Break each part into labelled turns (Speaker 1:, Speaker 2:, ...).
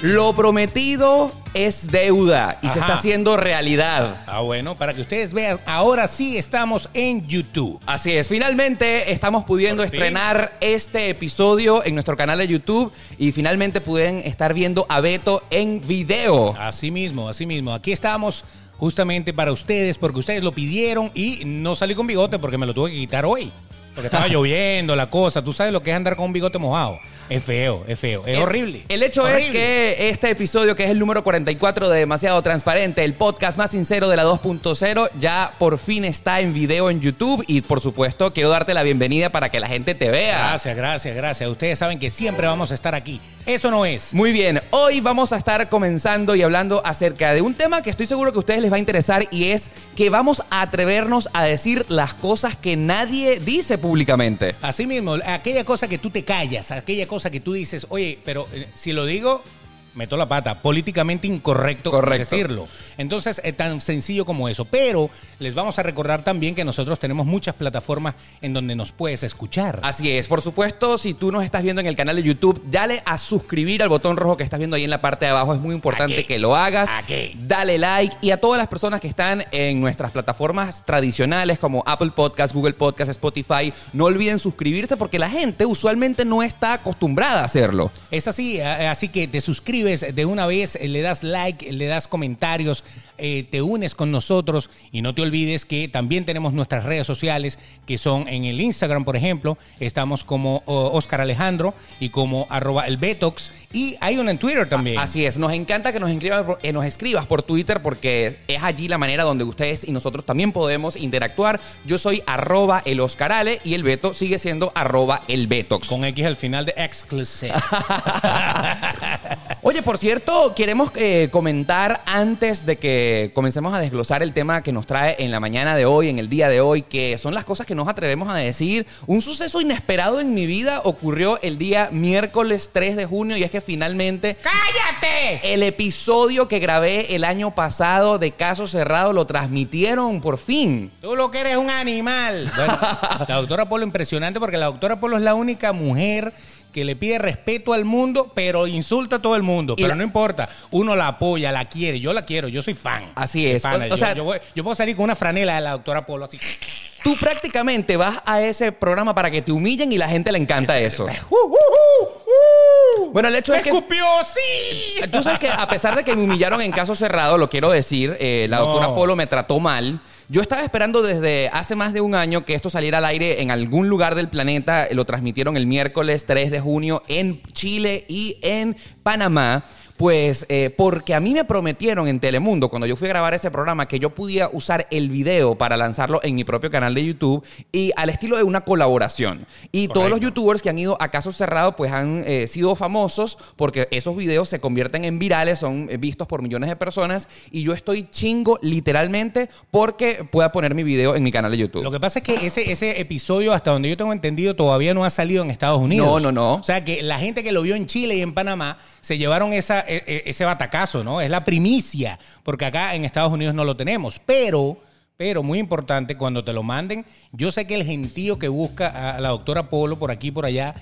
Speaker 1: Lo prometido es deuda y se
Speaker 2: Ajá.
Speaker 1: está haciendo realidad.
Speaker 2: Ah, bueno, para que ustedes vean, ahora sí estamos en YouTube.
Speaker 1: Así es, finalmente estamos pudiendo
Speaker 2: Por fin.
Speaker 1: estrenar este episodio en nuestro canal de YouTube y finalmente pueden estar viendo a Beto en video.
Speaker 2: Así mismo, así mismo. Aquí estamos justamente para ustedes, porque ustedes lo pidieron y no salí con bigote porque me lo tuve que quitar hoy. Porque estaba lloviendo, la cosa. Tú sabes lo que es andar con un bigote mojado. Es feo, es feo, es
Speaker 1: El-
Speaker 2: horrible.
Speaker 1: El hecho es
Speaker 2: Horrible.
Speaker 1: que este episodio, que es el número 44 de Demasiado Transparente, el podcast más sincero de la 2.0, ya por fin está en video en YouTube y por supuesto quiero darte la bienvenida para que la gente te vea.
Speaker 2: Gracias, gracias, gracias. Ustedes saben que siempre vamos a estar aquí. Eso no es.
Speaker 1: Muy bien, hoy vamos a estar comenzando y hablando acerca de un tema que estoy seguro que a ustedes les va a interesar y es que vamos a atrevernos a decir las cosas que nadie dice públicamente.
Speaker 2: Así mismo, aquella cosa que tú te callas, aquella cosa que tú dices, oye, pero eh, si lo digo, meto la pata. Políticamente incorrecto
Speaker 1: Correcto.
Speaker 2: decirlo. Entonces, es tan sencillo como eso. Pero les vamos a recordar también que nosotros tenemos muchas plataformas en donde nos puedes escuchar.
Speaker 1: Así es, por supuesto, si tú nos estás viendo en el canal de YouTube, dale a suscribir al botón rojo que estás viendo ahí en la parte de abajo, es muy importante
Speaker 2: Aquí.
Speaker 1: que lo hagas.
Speaker 2: Aquí.
Speaker 1: Dale like y a todas las personas que están en nuestras plataformas tradicionales como Apple Podcast, Google Podcast, Spotify, no olviden suscribirse porque la gente usualmente no está acostumbrada a hacerlo.
Speaker 2: Es así, a- así que te suscribes de una vez, eh, le das like, le das comentarios, eh, te unes con nosotros y no te olvides que también tenemos nuestras redes sociales que son en el Instagram, por ejemplo, estamos como oh, Oscar Alejandro y como arroba el Betox y hay una en Twitter también.
Speaker 1: Ah, Así es, nos encanta que nos, escribas, por- eh, nos escribas por Twitter porque es allí la manera donde ustedes y nosotros también podemos interactuar. Yo soy arroba el Oscarale y el Beto sigue siendo arroba el Betox.
Speaker 2: Con X al final de exclusive.
Speaker 1: Oye, por cierto, queremos eh, comentar antes de que comencemos a desglosar el tema que nos trae en la mañana de hoy, en el día de hoy, que son las cosas que nos atrevemos a decir. Un suceso inesperado en mi vida ocurrió el día miércoles 3 de junio y es que finalmente... ¡Cállate! El episodio que grabé el año pasado de Caso Cerrado lo transmitieron por fin.
Speaker 2: Tú lo que eres un animal. Bueno, la doctora Polo impresionante porque la doctora Polo es la única mujer que le pide respeto al mundo, pero insulta a todo el mundo.
Speaker 1: Y
Speaker 2: Pero
Speaker 1: la-
Speaker 2: no importa, uno la apoya, la quiere, yo la quiero, yo soy fan.
Speaker 1: Así
Speaker 2: Soy
Speaker 1: es.
Speaker 2: fan.
Speaker 1: O- o
Speaker 2: yo,
Speaker 1: sea-
Speaker 2: yo voy- yo puedo salir con una franela de la doctora Polo así.
Speaker 1: Tú prácticamente vas a ese programa para que te humillen y la gente le encanta eso.
Speaker 2: ¡Uh, uh, uh, uh!
Speaker 1: Bueno, el hecho
Speaker 2: ¡Me
Speaker 1: es que...
Speaker 2: escupió! ¡Sí!
Speaker 1: Tú sabes que a pesar de que me humillaron en caso cerrado, lo quiero decir, eh, la
Speaker 2: No.
Speaker 1: doctora Polo me trató mal. Yo estaba esperando desde hace más de un año que esto saliera al aire en algún lugar del planeta. Lo transmitieron el miércoles 3 de junio en Chile y en Panamá. Pues eh, porque a mí me prometieron en Telemundo, cuando yo fui a grabar ese programa, que yo podía usar el video para lanzarlo en mi propio canal de YouTube y al estilo de una colaboración. Y todos los
Speaker 2: Correcto.
Speaker 1: youtubers que han ido a casos cerrados pues han eh, sido famosos porque esos videos se convierten en virales, son eh, vistos por millones de personas y yo estoy chingo literalmente porque pueda poner mi video en mi canal de YouTube.
Speaker 2: Lo que pasa es que ese, ese episodio, hasta donde yo tengo entendido, todavía no ha salido en Estados Unidos.
Speaker 1: No, no, no.
Speaker 2: O sea, que la gente que lo vio en Chile y en Panamá se llevaron esa, e- e- ese batacazo, ¿no? Es la primicia, porque acá en Estados Unidos no lo tenemos. Pero, pero muy importante, cuando te lo manden, yo sé que el gentío que busca a la doctora Polo por aquí y por allá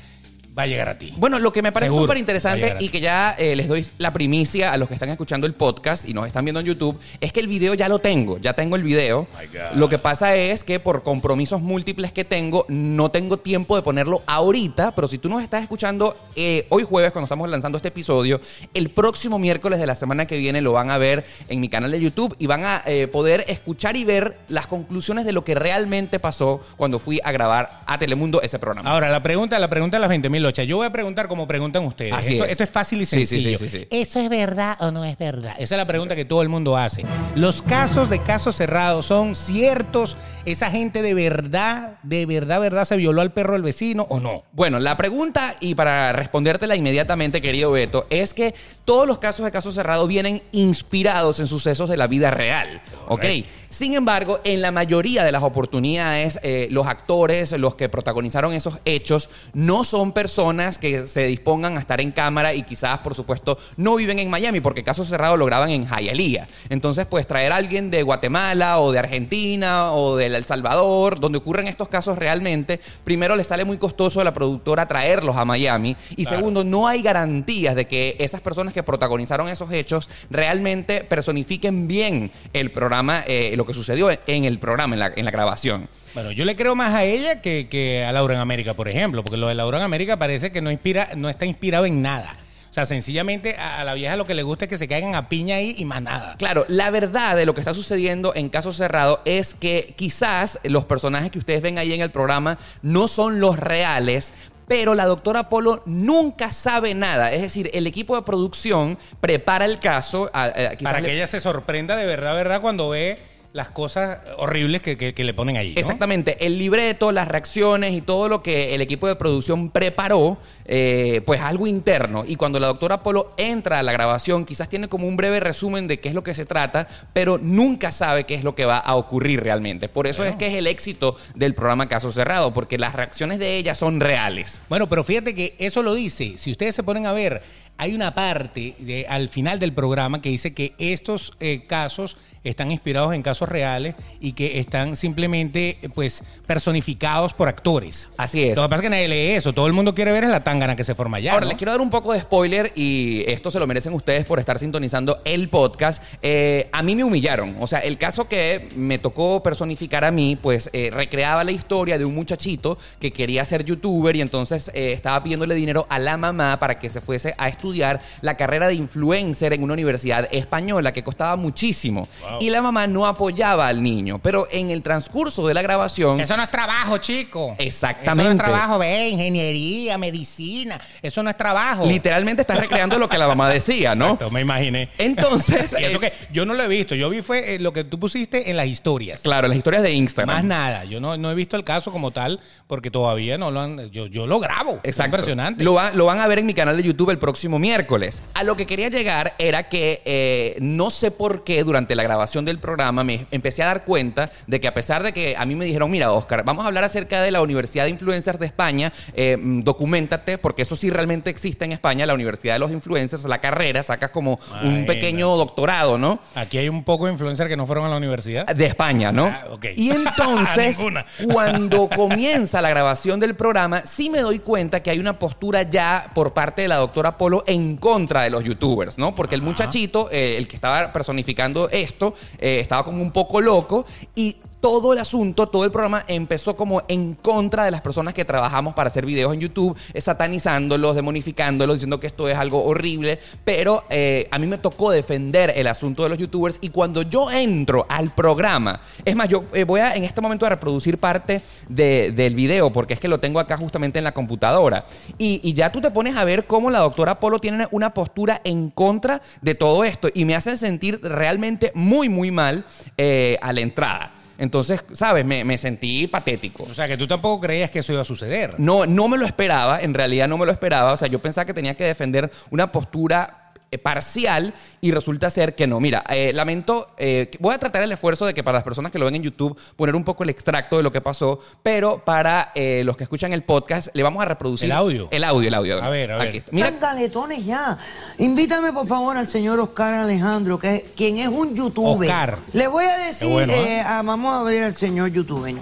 Speaker 2: va a llegar a ti.
Speaker 1: Bueno, lo que me parece
Speaker 2: Seguro,
Speaker 1: súper
Speaker 2: va a
Speaker 1: interesante
Speaker 2: llegar a
Speaker 1: y
Speaker 2: ti.
Speaker 1: que ya eh, les doy la primicia a los que están escuchando el podcast y nos están viendo en YouTube es que el video ya lo tengo, ya tengo el video.
Speaker 2: Oh My God.
Speaker 1: Lo que pasa es que por compromisos múltiples que tengo, no tengo tiempo de ponerlo ahorita, pero si tú nos estás escuchando eh, hoy jueves cuando estamos lanzando este episodio, el próximo miércoles de la semana que viene lo van a ver en mi canal de YouTube y van a eh, poder escuchar y ver las conclusiones de lo que realmente pasó cuando fui a grabar a Telemundo ese programa.
Speaker 2: Ahora, la pregunta, la pregunta de las 20.000 lochas. Yo voy a preguntar como preguntan ustedes.
Speaker 1: Así
Speaker 2: esto,
Speaker 1: es.
Speaker 2: esto es fácil y
Speaker 1: Sí, sí,
Speaker 2: sencillo.
Speaker 1: sí, sí, sí.
Speaker 2: ¿Eso es verdad o no es verdad? Esa es la pregunta que todo el mundo hace. ¿Los casos de casos cerrados son ciertos? ¿Esa gente de verdad, de verdad, verdad se violó al perro del vecino o no?
Speaker 1: Bueno, la pregunta, y para respondértela inmediatamente, querido Beto, es que todos los casos de caso cerrado vienen inspirados en sucesos de la vida real, ¿ok?
Speaker 2: Correcto.
Speaker 1: Sin embargo, en la mayoría de las oportunidades, eh, los actores, los que protagonizaron esos hechos, no son personas personas que se dispongan a estar en cámara y quizás, por supuesto, no viven en Miami, porque caso cerrado lo graban en Hialeah. Entonces, pues traer a alguien de Guatemala o de Argentina o de El Salvador, donde ocurren estos casos realmente, primero le sale muy costoso a la productora traerlos a Miami y
Speaker 2: Claro.
Speaker 1: segundo, no hay garantías de que esas personas que protagonizaron esos hechos realmente personifiquen bien el programa, eh, lo que sucedió en el programa, en la, en la grabación.
Speaker 2: Bueno, yo le creo más a ella que, que a Laura en América, por ejemplo, porque lo de Laura en América parece que no inspira, no está inspirado en nada. O sea, sencillamente a, a la vieja lo que le gusta es que se caigan a piña ahí y más nada.
Speaker 1: Claro, la verdad de lo que está sucediendo en Caso Cerrado es que quizás los personajes que ustedes ven ahí en el programa no son los reales. Pero la doctora Polo nunca sabe nada. Es decir, el equipo de producción prepara el caso. a- a- quizás
Speaker 2: Para
Speaker 1: le-
Speaker 2: que ella se sorprenda de verdad, verdad, cuando ve las cosas horribles que, que- que le ponen allí. ¿no?
Speaker 1: Exactamente, el libreto, las reacciones y todo lo que el equipo de producción preparó, eh, pues algo interno. Y cuando la doctora Polo entra a la grabación, quizás tiene como un breve resumen de qué es lo que se trata, pero nunca sabe qué es lo que va a ocurrir realmente. Por eso es que es el éxito del programa Caso Cerrado, porque las reacciones de ella son reales.
Speaker 2: Bueno, pero fíjate que eso lo dice. Si ustedes se ponen a ver, hay una parte de- al final del programa que dice que estos eh, casos están inspirados en casos reales y que están simplemente eh, pues personificados por actores.
Speaker 1: Así es.
Speaker 2: Lo que pasa es que nadie lee eso. Todo el mundo quiere ver es la tangana que se forma allá.
Speaker 1: Ahora,
Speaker 2: ¿no?
Speaker 1: les quiero dar un poco de spoiler y esto se lo merecen ustedes por estar sintonizando el podcast. Eh, a mí me humillaron. O sea, el caso que me tocó personificar a mí, pues eh, recreaba la historia de un muchachito que quería ser youtuber y entonces eh, estaba pidiéndole dinero a la mamá para que se fuese a estudiar la carrera de influencer en una universidad española que costaba muchísimo. Y la mamá no apoyaba al niño. Pero en el transcurso de la grabación...
Speaker 2: Eso no es trabajo, chico.
Speaker 1: Exactamente.
Speaker 2: Eso no es trabajo, ve, ingeniería, medicina. Eso no es trabajo.
Speaker 1: Literalmente está recreando lo que la mamá decía, ¿no?
Speaker 2: Exacto, me imaginé.
Speaker 1: Entonces,
Speaker 2: Y eso
Speaker 1: eh,
Speaker 2: que yo no lo he visto. Yo vi fue eh, lo que tú pusiste en las historias.
Speaker 1: Claro, las historias de Instagram.
Speaker 2: Más nada, yo no, no he visto el caso como tal porque todavía no lo han. Yo, yo lo grabo. Es
Speaker 1: Exacto.
Speaker 2: impresionante.
Speaker 1: Lo, va- lo van a ver en mi canal de YouTube el próximo miércoles. A lo que quería llegar era que eh, no sé por qué durante la grabación del programa me empecé a dar cuenta de que a pesar de que a mí me dijeron, mira, Oscar, vamos a hablar acerca de la Universidad de Influencers de España, eh, mm, documentate, porque eso sí realmente existe en España, la Universidad de los Influencers, la carrera, sacas como un
Speaker 2: Imagínate.
Speaker 1: pequeño doctorado, ¿no?
Speaker 2: Aquí hay un poco de influencers que no fueron a la universidad.
Speaker 1: De España, ¿no?
Speaker 2: Ah, ok.
Speaker 1: Y entonces,
Speaker 2: Ninguna.
Speaker 1: cuando comienza la grabación del programa, sí me doy cuenta que hay una postura ya por parte de la doctora Polo en contra de los youtubers, ¿no? Porque el muchachito, eh, el que estaba personificando esto, eh, estaba como un poco loco y... Todo el asunto, todo el programa empezó como en contra de las personas que trabajamos para hacer videos en YouTube, eh, satanizándolos, demonificándolos, diciendo que esto es algo horrible. Pero eh, a mí me tocó defender el asunto de los youtubers y cuando yo entro al programa, es más, yo eh, voy a en este momento a reproducir parte de- del video porque es que lo tengo acá justamente en la computadora. Y, y ya tú te pones a ver cómo la doctora Polo tiene una postura en contra de todo esto y me hacen sentir realmente muy, muy mal eh, a la entrada. Entonces, ¿sabes? Me, me sentí patético.
Speaker 2: O sea, que tú tampoco creías que eso iba a suceder.
Speaker 1: No, no me lo esperaba, en realidad no me lo esperaba. O sea, yo pensaba que tenía que defender una postura eh, parcial y resulta ser que no. Mira, eh, lamento, eh, que- voy a tratar el esfuerzo de que para las personas que lo ven en YouTube poner un poco el extracto de lo que pasó, pero para eh, los que escuchan el podcast le vamos a reproducir
Speaker 2: El audio.
Speaker 1: El audio, el audio.
Speaker 2: A ver, a ver.
Speaker 1: Aquí está. Mira,
Speaker 3: Echan galetones ya. Invítame por favor al señor Oscar Alejandro, que es, quien es un youtuber.
Speaker 2: Oscar.
Speaker 3: Le voy a
Speaker 2: Qué
Speaker 3: decir,
Speaker 2: bueno, ¿eh?
Speaker 3: eh, a- vamos a abrir al señor youtuber.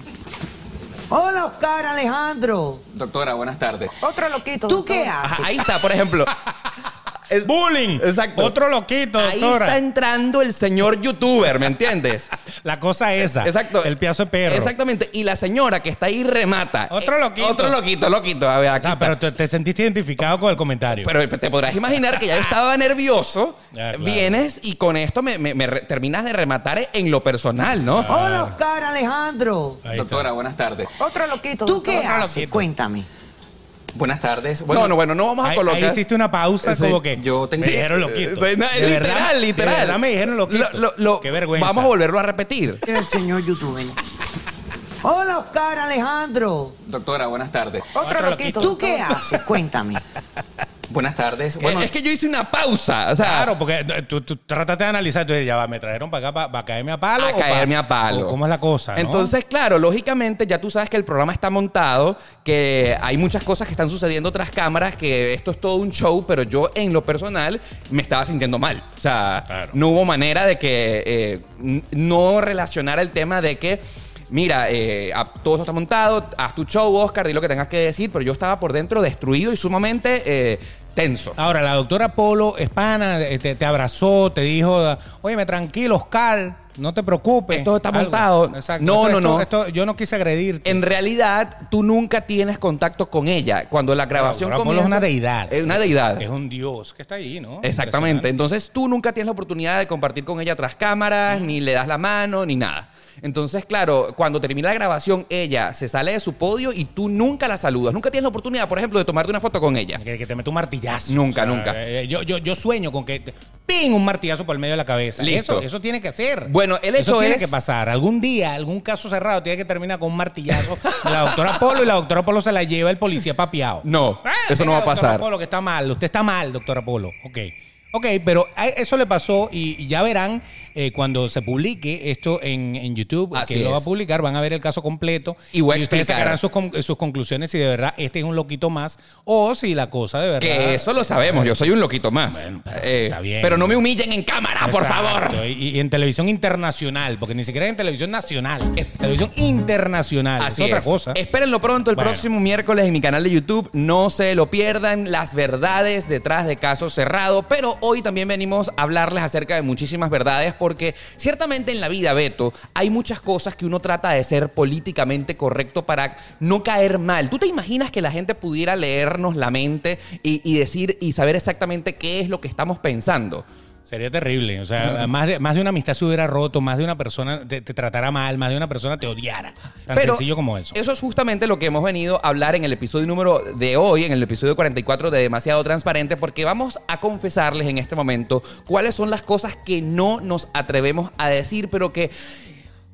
Speaker 3: Hola Oscar Alejandro.
Speaker 1: doctora, buenas tardes.
Speaker 3: Otro loquito. ¿Tú qué haces?
Speaker 1: ahí está, por ejemplo. Es-
Speaker 2: ¡Bullying!
Speaker 1: Exacto.
Speaker 2: Otro loquito,
Speaker 1: Ahí
Speaker 2: doctora.
Speaker 1: está entrando el señor youtuber, ¿me entiendes?
Speaker 2: La cosa esa.
Speaker 1: Exacto.
Speaker 2: El piazo de perro.
Speaker 1: Exactamente. Y la señora que está ahí remata.
Speaker 2: Otro
Speaker 1: Eh,
Speaker 2: loquito.
Speaker 1: Otro loquito, loquito. A ver,
Speaker 2: O
Speaker 1: aquí
Speaker 2: sea,
Speaker 1: está.
Speaker 2: pero te, te sentiste identificado con el comentario.
Speaker 1: Pero te podrás imaginar que ya yo estaba nervioso.
Speaker 2: Ah, claro.
Speaker 1: Vienes y con esto me, me- me re- terminas de rematar en lo personal, ¿no?
Speaker 3: Hola Oscar Alejandro.
Speaker 2: Ahí está.
Speaker 1: buenas tardes.
Speaker 3: Otro loquito. ¿Tú qué
Speaker 2: Otro
Speaker 3: haces?
Speaker 2: loquito.
Speaker 3: Cuéntame.
Speaker 4: Buenas tardes.
Speaker 1: no, no, bueno, no vamos a
Speaker 2: Ahí,
Speaker 1: colocar.
Speaker 2: ahí hiciste una pausa
Speaker 1: Sí.
Speaker 2: como que
Speaker 4: Yo tengo-
Speaker 2: me dijeron
Speaker 1: Eh,
Speaker 2: loquito.
Speaker 1: no,
Speaker 2: De
Speaker 1: literal,
Speaker 2: verdad, de
Speaker 1: literal.
Speaker 2: verdad me dijeron loquito.
Speaker 1: Lo- lo- lo-
Speaker 2: Qué vergüenza.
Speaker 1: Vamos a volverlo a repetir.
Speaker 3: Este El señor youtuber. Hola Oscar Alejandro.
Speaker 4: Doctora, buenas tardes.
Speaker 3: Otro,
Speaker 2: loquito.
Speaker 3: ¿Tú qué haces? Cuéntame.
Speaker 4: Buenas tardes. Bueno,
Speaker 1: es que yo hice una pausa. O sea,
Speaker 2: Claro, porque eh, tú, tú trataste de analizar, tú dices, ya va, me trajeron para acá para, caerme a palo.
Speaker 1: a
Speaker 2: o pa-
Speaker 1: caerme a
Speaker 2: o
Speaker 1: palo.
Speaker 2: ¿Cómo es la cosa? no?
Speaker 1: Entonces, claro, lógicamente ya tú sabes que el programa está montado, que hay muchas cosas que están sucediendo tras cámaras, que esto es todo un show, pero yo en lo personal me estaba sintiendo mal. O sea,
Speaker 2: Claro.
Speaker 1: no hubo manera de que eh, n- no relacionara el tema de que... Mira, eh, a- todo eso está montado, haz tu show, Oscar, di lo que tengas que decir, pero yo estaba por dentro destruido y sumamente eh, tenso.
Speaker 2: Ahora, la doctora Polo Espana te, te abrazó, te dijo, oye, me tranquilo, Oscar, no te preocupes.
Speaker 1: Esto está
Speaker 2: Algo.
Speaker 1: montado.
Speaker 2: Exacto.
Speaker 1: No, no, no.
Speaker 2: esto- yo no quise agredirte.
Speaker 1: En realidad, tú nunca tienes contacto con ella. Cuando la grabación
Speaker 2: Ahora, Apolo
Speaker 1: comienza...
Speaker 2: es una deidad.
Speaker 1: Es una deidad.
Speaker 2: Es un dios que está allí, ¿no?
Speaker 1: Exactamente.
Speaker 2: Impresionante.
Speaker 1: Entonces tú nunca tienes la oportunidad de compartir con ella tras cámaras, ni le das la mano, ni nada. Entonces, claro, cuando termina la grabación, ella se sale de su podio y tú nunca la saludas. Nunca tienes la oportunidad, por ejemplo, de tomarte una foto con ella.
Speaker 2: Que, que te mete un martillazo.
Speaker 1: Nunca, nunca.
Speaker 2: eh, yo, yo, yo sueño con que te- ¡ping! un martillazo por el medio de la cabeza.
Speaker 1: Listo.
Speaker 2: Eso, eso tiene que ser.
Speaker 1: Bueno, el
Speaker 2: Eso
Speaker 1: hecho
Speaker 2: tiene
Speaker 1: es-
Speaker 2: que pasar. Algún día, algún caso cerrado tiene que terminar con un martillazo de la doctora Polo y la doctora Polo se la lleva el policía papiado.
Speaker 1: No,
Speaker 2: Ah,
Speaker 1: eso no
Speaker 2: mira,
Speaker 1: va a pasar.
Speaker 2: Doctora Polo, que está mal. Usted está mal, doctora Polo. Ok. Ok, pero a- eso le pasó y y ya verán eh, cuando se publique esto en, en YouTube,
Speaker 1: Así
Speaker 2: que lo va a
Speaker 1: es.
Speaker 2: publicar, van a ver el caso completo
Speaker 1: Y voy a
Speaker 2: ustedes
Speaker 1: explicar.
Speaker 2: sacarán sus, con- sus conclusiones si de verdad este es un loquito más o si la cosa de verdad...
Speaker 1: Que eso lo sabemos, yo soy un loquito más.
Speaker 2: Bueno, pero
Speaker 1: Eh,
Speaker 2: está bien.
Speaker 1: pero no me humillen en cámara, Ah, por
Speaker 2: Exacto,
Speaker 1: favor.
Speaker 2: Y, y en televisión internacional, porque ni siquiera es en televisión nacional, es televisión internacional.
Speaker 1: Así
Speaker 2: es otra
Speaker 1: es.
Speaker 2: cosa.
Speaker 1: Espérenlo pronto el
Speaker 2: Bueno.
Speaker 1: próximo miércoles en mi canal de YouTube. No se lo pierdan las verdades detrás de casos cerrado. Pero hoy también venimos a hablarles acerca de muchísimas verdades porque ciertamente en la vida, Beto, hay muchas cosas que uno trata de ser políticamente correcto para no caer mal. ¿Tú te imaginas que la gente pudiera leernos la mente y, y decir y saber exactamente qué es lo que estamos pensando?
Speaker 2: Sería terrible. O sea, más de, más de una amistad se hubiera roto, más de una persona te, te tratara mal, más de una persona te odiara. Tan sencillo como eso.
Speaker 1: Eso es justamente lo que hemos venido a hablar en el episodio número de hoy, en el episodio 44 de Demasiado Transparente, porque vamos a confesarles en este momento cuáles son las cosas que no nos atrevemos a decir, pero que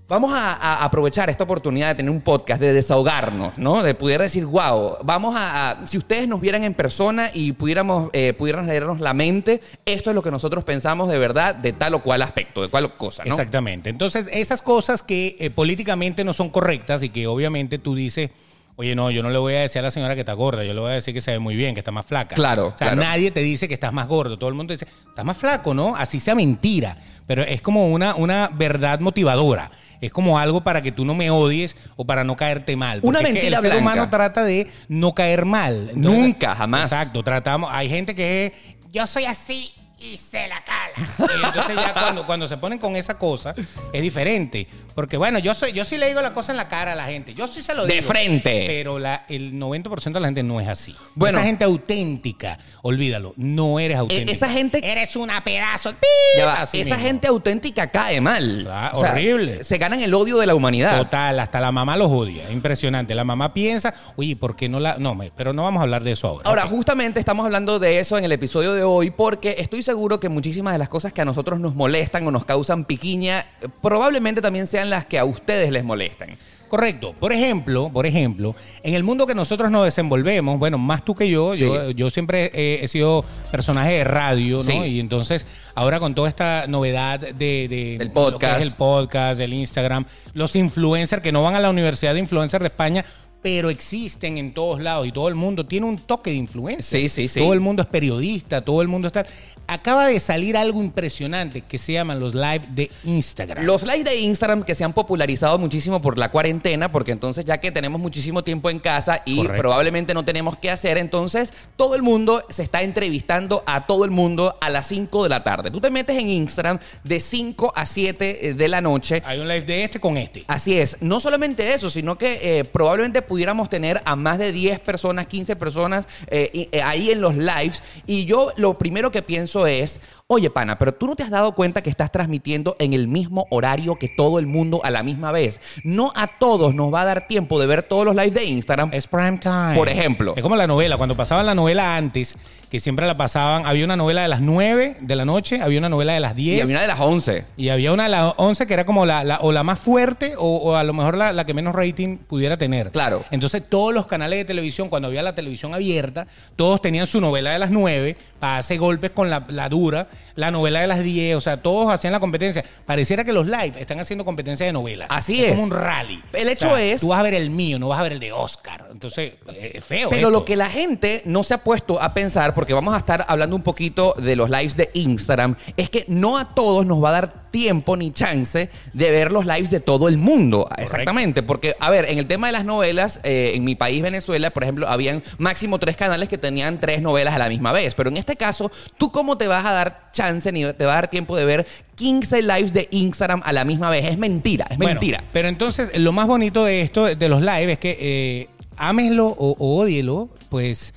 Speaker 1: Vamos a, a aprovechar esta oportunidad de tener un podcast, de desahogarnos, ¿no? De poder decir, wow, vamos a, a- si ustedes nos vieran en persona y pudiéramos, eh, pudieran leernos la mente, esto es lo que nosotros pensamos de verdad de tal o cual aspecto, de cual cosa, ¿no?
Speaker 2: Exactamente. Entonces, esas cosas que eh, políticamente no son correctas y que obviamente tú dices, oye, no, yo no le voy a decir a la señora que está gorda, yo le voy a decir que se ve muy bien, que está más flaca.
Speaker 1: Claro,
Speaker 2: O sea,
Speaker 1: claro.
Speaker 2: nadie te dice que estás más gordo. Todo el mundo dice, estás más flaco, ¿no? Así sea mentira. Pero es como una, una verdad motivadora. Es como algo para que tú no me odies o para no caerte mal.
Speaker 1: Una
Speaker 2: Porque es que
Speaker 1: mentira
Speaker 2: El ser
Speaker 1: blanca.
Speaker 2: humano trata de no caer mal.
Speaker 1: Nunca, jamás.
Speaker 2: Exacto. Tratamos. Hay gente que es
Speaker 5: Yo soy así y se la cala.
Speaker 2: y entonces ya cuando, cuando se ponen con esa cosa, es diferente. Porque bueno, yo soy, yo sí le digo la cosa en la cara a la gente. Yo sí se lo
Speaker 1: De
Speaker 2: digo.
Speaker 1: frente.
Speaker 2: Pero la, el 90% de la gente no es así.
Speaker 1: Bueno.
Speaker 2: Esa gente auténtica, olvídalo, no eres
Speaker 1: Eh,
Speaker 2: auténtica.
Speaker 1: esa gente
Speaker 5: Eres una pedazo.
Speaker 1: Ya va,
Speaker 2: Así
Speaker 1: esa
Speaker 2: mismo.
Speaker 1: gente auténtica cae mal.
Speaker 2: Claro, horrible.
Speaker 1: Se ganan el odio de la humanidad.
Speaker 2: Total, hasta la mamá los odia. Impresionante. La mamá piensa, oye, ¿por qué no la.? No, me- pero no vamos a hablar de eso ahora.
Speaker 1: Ahora, justamente estamos hablando de eso en el episodio de hoy porque estoy seguro que muchísimas de las cosas que a nosotros nos molestan o nos causan piquiña eh, probablemente también sean las que a ustedes les molestan.
Speaker 2: Correcto. Por ejemplo, por ejemplo, en el mundo que nosotros nos desenvolvemos, bueno, más tú que yo,
Speaker 1: Sí.
Speaker 2: yo, yo siempre eh, he sido personaje de radio, ¿no?
Speaker 1: Sí.
Speaker 2: Y entonces, ahora con toda esta novedad de, de
Speaker 1: Del
Speaker 2: lo que es
Speaker 1: podcast.
Speaker 2: el podcast, el Instagram, los influencers que no van a la Universidad de Influencers de España, pero existen en todos lados y todo el mundo tiene un toque de influencer.
Speaker 1: Sí, sí, sí.
Speaker 2: Todo el mundo es periodista, todo el mundo está. Acaba de salir algo impresionante que se llaman los live de Instagram.
Speaker 1: Los likes de Instagram que se han popularizado muchísimo por la cuarentena, porque entonces ya que tenemos muchísimo tiempo en casa y
Speaker 2: Correcto.
Speaker 1: probablemente no tenemos qué hacer, entonces todo el mundo se está entrevistando a todo el mundo a las 5 de la tarde. Tú te metes en Instagram de 5 a 7 de la noche
Speaker 2: Hay un live de este con este.
Speaker 1: Así es, no solamente eso, sino que eh, probablemente pudiéramos tener a más de 10 personas, 15 personas eh, y- eh, ahí en los lives. Y yo lo primero que pienso es, oye, pana, pero tú no te has dado cuenta que estás transmitiendo en el mismo horario que todo el mundo a la misma vez. No a todos nos va a dar tiempo de ver todos los lives de Instagram.
Speaker 2: Es prime time.
Speaker 1: Por ejemplo.
Speaker 2: Es como la novela. Cuando pasaban la novela antes, que siempre la pasaban, había una novela de las 9 de la noche, había una novela de las 10.
Speaker 1: Y a mí una de las 11.
Speaker 2: Y había una de las 11 que era como la, la- o la más fuerte o, o a lo mejor la, la que menos rating pudiera tener.
Speaker 1: Claro. Claro.
Speaker 2: Entonces todos los canales de televisión, cuando había la televisión abierta, todos tenían su novela de las 9 para hacer golpes con la, la dura, la novela de las 10, o sea, todos hacían la competencia. Pareciera que los live están haciendo competencia de novelas.
Speaker 1: Así es.
Speaker 2: Como un rally.
Speaker 1: El hecho es-
Speaker 2: Tú vas a ver el mío, no vas a ver el de Oscar. Entonces, eh, es feo.
Speaker 1: Pero
Speaker 2: esto.
Speaker 1: lo que la gente no se ha puesto a pensar, porque vamos a estar hablando un poquito de los lives de Instagram, es que no a todos nos va a dar tiempo ni chance de ver los lives de todo el mundo. Exactamente, porque, a ver, en el tema de las novelas, eh, en mi país, Venezuela, por ejemplo, habían máximo tres canales que tenían tres novelas a la misma vez. Pero en este caso, ¿tú cómo te vas a dar chance ni te va a dar tiempo de ver 15 lives de Instagram a la misma vez? Es mentira, es
Speaker 2: Bueno,
Speaker 1: mentira.
Speaker 2: pero entonces, lo más bonito de esto, de los live, es que eh, ámeslo o, o ódielo, pues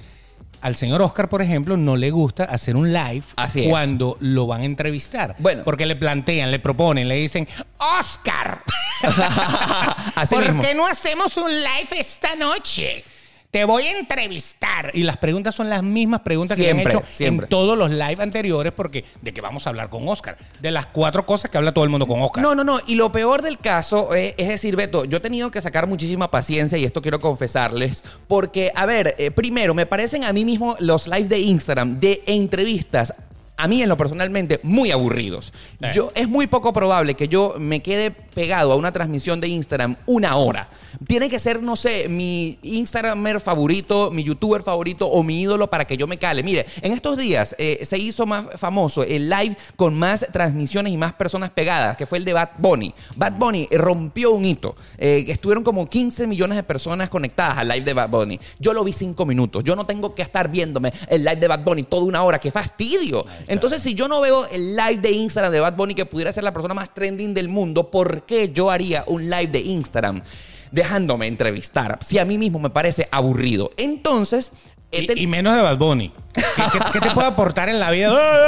Speaker 2: al señor Oscar, por ejemplo, no le gusta hacer un live
Speaker 1: Así es.
Speaker 2: cuando lo van a entrevistar.
Speaker 1: Bueno.
Speaker 2: Porque le plantean, le proponen, le dicen, Oscar,
Speaker 1: Así
Speaker 5: ¿Por
Speaker 1: mismo.
Speaker 5: qué no hacemos un live esta noche?
Speaker 2: te voy a entrevistar. Y las preguntas son las mismas preguntas que
Speaker 1: Siempre,
Speaker 2: le han hecho
Speaker 1: siempre.
Speaker 2: en todos los live anteriores, porque de qué vamos a hablar con Oscar. De las cuatro cosas que habla todo el mundo con Oscar.
Speaker 1: No, no, no. Y lo peor del caso eh, es, decir, Beto, yo he tenido que sacar muchísima paciencia y esto quiero confesarles. Porque, a ver, eh, primero, me parecen a mí mismo los live de Instagram de entrevistas. A mí en lo personalmente muy aburridos.
Speaker 2: Eh.
Speaker 1: Yo es muy poco probable que yo me quede pegado a una transmisión de Instagram una hora. Tiene que ser, no sé, mi Instagramer favorito, mi youtuber favorito o mi ídolo para que yo me cale. Mire, en estos días eh, se hizo más famoso el live con más transmisiones y más personas pegadas, que fue el de Bad Bunny. Bad Bunny rompió un hito. Eh, estuvieron como 15 millones de personas conectadas al live de Bad Bunny. Yo lo vi cinco minutos. Yo no tengo que estar viéndome el live de Bad Bunny toda una hora. ¡Qué fastidio! Entonces, si yo no veo el live de Instagram de Bad Bunny, que pudiera ser la persona más trending del mundo, ¿por qué yo haría un live de Instagram dejándome entrevistar? Si a mí mismo me parece aburrido. Entonces, este- he
Speaker 2: Y,
Speaker 1: ten-
Speaker 2: y menos de Bad Bunny. ¿Qué, qué- qué te puede aportar en la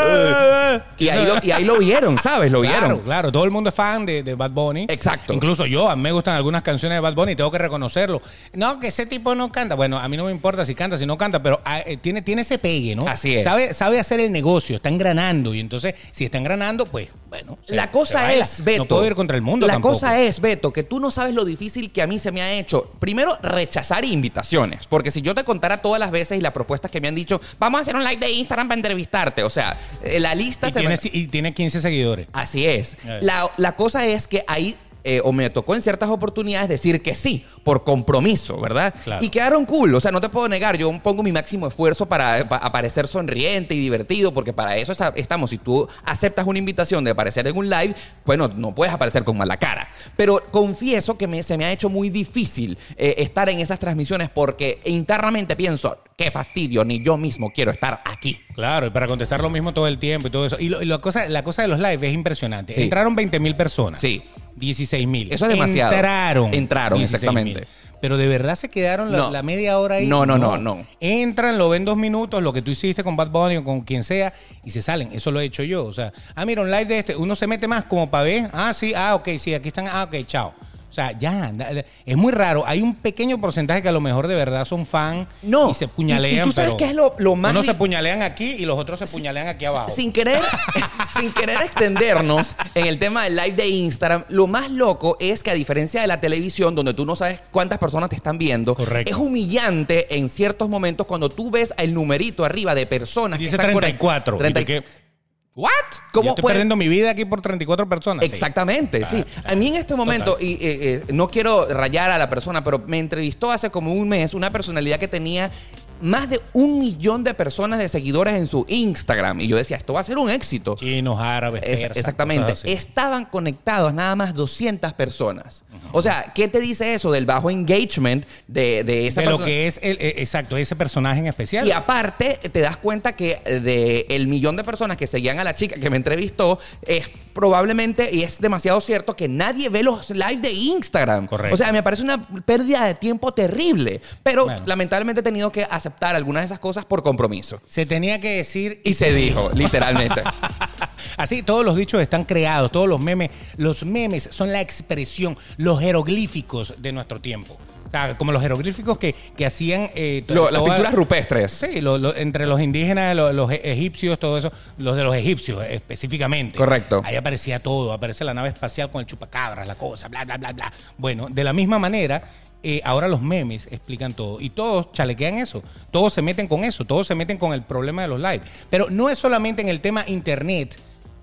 Speaker 2: vida?
Speaker 1: y ahí, lo, y ahí lo vieron, ¿sabes? Lo vieron.
Speaker 2: Claro, claro. Todo el mundo es fan de, de Bad Bunny.
Speaker 1: Exacto.
Speaker 2: Incluso yo, a mí me gustan algunas canciones de Bad Bunny, tengo que reconocerlo. No, que ese tipo no canta. Bueno, a mí no me importa si canta, si no canta, pero ah, eh, tiene, tiene ese pegue, ¿no?
Speaker 1: Así es.
Speaker 2: Sabe, sabe hacer el negocio, está engranando. Y entonces, si está engranando, pues, bueno. se-
Speaker 1: La
Speaker 2: se
Speaker 1: cosa
Speaker 2: baila.
Speaker 1: es, Beto.
Speaker 2: No puedo ir contra el mundo
Speaker 1: La
Speaker 2: tampoco.
Speaker 1: cosa es, Beto, que tú no sabes lo difícil que a mí se me ha hecho. Primero, rechazar invitaciones. Porque si yo te contara todas las veces y las propuestas que me han dicho, vamos a hacer un live de Instagram para entrevistarte. O sea, eh, la lista
Speaker 2: Y
Speaker 1: se me-
Speaker 2: tiene, y tiene 15 seguidores.
Speaker 1: Así es.
Speaker 2: Ya.
Speaker 1: La, la cosa es que ahí, eh, o me tocó en ciertas oportunidades decir que sí, por compromiso, ¿verdad?
Speaker 2: Claro.
Speaker 1: Y quedaron cool, o sea, no te puedo negar, yo pongo mi máximo esfuerzo para, pa- aparecer sonriente y divertido, porque para eso esa- estamos. Si tú aceptas una invitación de aparecer en un live, bueno, no puedes aparecer con mala cara. Pero confieso que me- se me ha hecho muy difícil eh, estar en esas transmisiones porque internamente pienso, qué fastidio, ni yo mismo quiero estar aquí.
Speaker 2: Claro, y para contestar lo mismo todo el tiempo y todo eso. Y, lo- y la, cosa, la cosa de los live es impresionante.
Speaker 1: Sí.
Speaker 2: Entraron 20 mil personas.
Speaker 1: Sí.
Speaker 2: 16 mil.
Speaker 1: Eso es demasiado.
Speaker 2: Entraron.
Speaker 1: Entraron,
Speaker 2: 16.000.
Speaker 1: exactamente.
Speaker 2: Pero de verdad se quedaron la,
Speaker 1: No.
Speaker 2: la media hora ahí.
Speaker 1: No, no, no, no.
Speaker 2: Entran, lo ven dos minutos, lo que tú hiciste con Bad Bunny o con quien sea, y se salen. Eso lo he hecho yo. O sea, ah, mira, un live de este. Uno se mete más como para ver. Ah, sí, ah, ok, sí, aquí están. Ah, ok, chao. O sea, ya, na- es muy raro. Hay un pequeño porcentaje que a lo mejor de verdad son fan
Speaker 1: No.
Speaker 2: y se puñalean.
Speaker 1: Y- y tú sabes
Speaker 2: pero
Speaker 1: qué es lo- lo más
Speaker 2: Unos se
Speaker 1: di-
Speaker 2: puñalean aquí y los otros se puñalean aquí abajo.
Speaker 1: Sin querer, sin querer extendernos en el tema del live de Instagram, lo más loco es que a diferencia de la televisión, donde tú no sabes cuántas personas te están viendo,
Speaker 2: Correcto.
Speaker 1: es humillante en ciertos momentos cuando tú ves el numerito arriba de personas
Speaker 2: Dice
Speaker 1: que están conect-
Speaker 2: 34. ¿Y tú
Speaker 1: 30
Speaker 2: qué? ¿What?
Speaker 1: ¿Cómo
Speaker 2: Yo estoy
Speaker 1: puedes-
Speaker 2: perdiendo mi vida aquí por 34 personas. Sí.
Speaker 1: Exactamente, sí.
Speaker 2: Claro, claro.
Speaker 1: A mí en este momento,
Speaker 2: Total.
Speaker 1: y eh, eh, no quiero rayar a la persona, pero me entrevistó hace como un mes una personalidad que tenía más de un millón de personas de seguidores en su Instagram. Y yo decía, esto va a ser un éxito.
Speaker 2: Chinos, árabes,
Speaker 1: Es-
Speaker 2: persas,
Speaker 1: exactamente.
Speaker 2: cosas así.
Speaker 1: Estaban conectados nada más 200 personas. O sea, ¿qué te dice eso del bajo engagement de, de esa
Speaker 2: de lo
Speaker 1: persona?
Speaker 2: que es el, eh, exacto, ese personaje en especial.
Speaker 1: Y aparte, te das cuenta que eh, de el millón de personas que seguían a la chica que me entrevistó, es probablemente, y es demasiado cierto, que nadie ve los lives de Instagram.
Speaker 2: Correcto.
Speaker 1: O sea, me parece una pérdida de tiempo terrible. Pero
Speaker 2: Bueno.
Speaker 1: lamentablemente he tenido que aceptar algunas de esas cosas por compromiso.
Speaker 2: se tenía que decir
Speaker 1: Y se dijo, literalmente.
Speaker 2: Así todos los dichos están creados, todos los memes, los memes son la expresión, los jeroglíficos de nuestro tiempo. O sea, como los jeroglíficos que, que hacían... eh, to-
Speaker 1: Lo- las
Speaker 2: todas-
Speaker 1: pinturas rupestres.
Speaker 2: Sí, lo- lo- entre los indígenas, lo- los e- egipcios, todo eso, los de los egipcios eh, específicamente.
Speaker 1: Correcto.
Speaker 2: Ahí aparecía todo, aparece la nave espacial con el chupacabras, la cosa, bla, bla, bla, bla. Bueno, de la misma manera, eh, ahora los memes explican todo y todos chalequean eso, todos se meten con eso, todos se meten con el problema de los live. Pero no es solamente en el tema internet,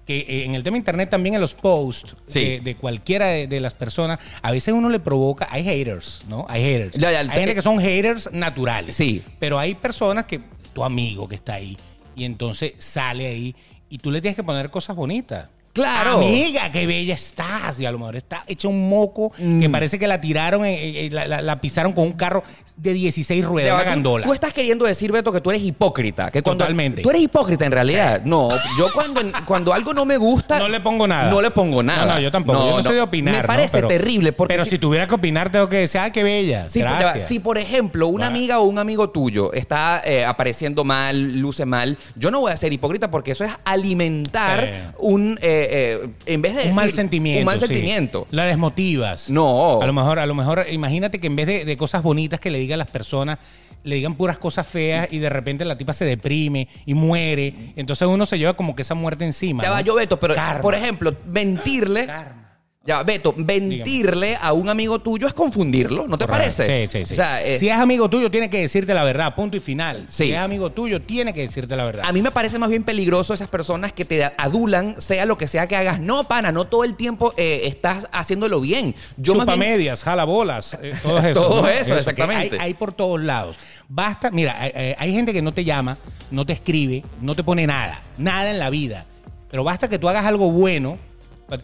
Speaker 2: que eh, en el tema internet también en los posts
Speaker 1: Sí.
Speaker 2: de, de cualquiera de, de las personas, a veces uno le provoca, hay haters, ¿no? Hay haters.
Speaker 1: Ya, ya, el
Speaker 2: hay gente
Speaker 1: te-
Speaker 2: que son haters naturales.
Speaker 1: Sí.
Speaker 2: Pero hay personas que, tu amigo que está ahí, y entonces sale ahí y tú le tienes que poner cosas bonitas.
Speaker 1: Claro.
Speaker 2: Amiga, qué bella estás. Y a lo mejor está hecha un moco que
Speaker 1: Mm.
Speaker 2: parece que la tiraron, eh, eh, la, la- la pisaron con un carro de 16 ruedas,
Speaker 1: Ya va,
Speaker 2: una
Speaker 1: tú-
Speaker 2: gandola.
Speaker 1: Tú, estás queriendo decir, Beto, que tú eres hipócrita. Que cuando,
Speaker 2: Totalmente.
Speaker 1: Tú eres hipócrita en realidad. No, yo cuando, cuando algo no me gusta.
Speaker 2: No le pongo nada.
Speaker 1: No le pongo nada.
Speaker 2: No, no, yo tampoco. yo no, soy de opinar.
Speaker 1: Me
Speaker 2: ¿no?
Speaker 1: parece
Speaker 2: Pero-
Speaker 1: terrible. Porque
Speaker 2: pero si,
Speaker 1: si-
Speaker 2: tuviera que opinar, tengo que decir, ay, qué bella.
Speaker 1: Sí, ya va.
Speaker 2: Gracias.
Speaker 1: si, por ejemplo, una
Speaker 2: Bueno.
Speaker 1: amiga o un amigo tuyo está eh, apareciendo mal, luce mal, yo no voy a ser hipócrita porque eso es alimentar
Speaker 2: Sí.
Speaker 1: un. eh, eh, en vez de
Speaker 2: un
Speaker 1: decir-
Speaker 2: mal sentimiento.
Speaker 1: Un mal
Speaker 2: sí.
Speaker 1: sentimiento.
Speaker 2: La desmotivas.
Speaker 1: No.
Speaker 2: A lo mejor, a lo mejor, imagínate que en vez de, de cosas bonitas que le digan las personas, le digan puras cosas feas y de repente la tipa se deprime y muere. Entonces uno se lleva como que esa muerte encima.
Speaker 1: Ya va,
Speaker 2: ¿no?
Speaker 1: yo, Beto, pero
Speaker 2: Karma,
Speaker 1: por ejemplo, mentirle.
Speaker 2: karma.
Speaker 1: Ya, Beto, mentirle a un amigo tuyo es confundirlo, ¿no te parece?
Speaker 2: Sí, sí, sí.
Speaker 1: O sea, eh,
Speaker 2: si es amigo tuyo, tiene que decirte la verdad, punto y final.
Speaker 1: Sí.
Speaker 2: Si es amigo tuyo, tiene que decirte la verdad.
Speaker 1: a mí me parece más bien peligroso esas personas que te adulan, sea lo que sea que hagas. No, pana, no todo el tiempo eh, estás haciéndolo bien. Yo
Speaker 2: Chupa
Speaker 1: más bien-
Speaker 2: medias, jala bolas, eh, todo eso.
Speaker 1: Todo
Speaker 2: ¿no?
Speaker 1: eso,
Speaker 2: que
Speaker 1: exactamente.
Speaker 2: Hay, hay por todos lados. Basta, mira, hay, hay- hay gente que no te llama, no te escribe, no te pone nada, nada en la vida. Pero basta que tú hagas algo bueno.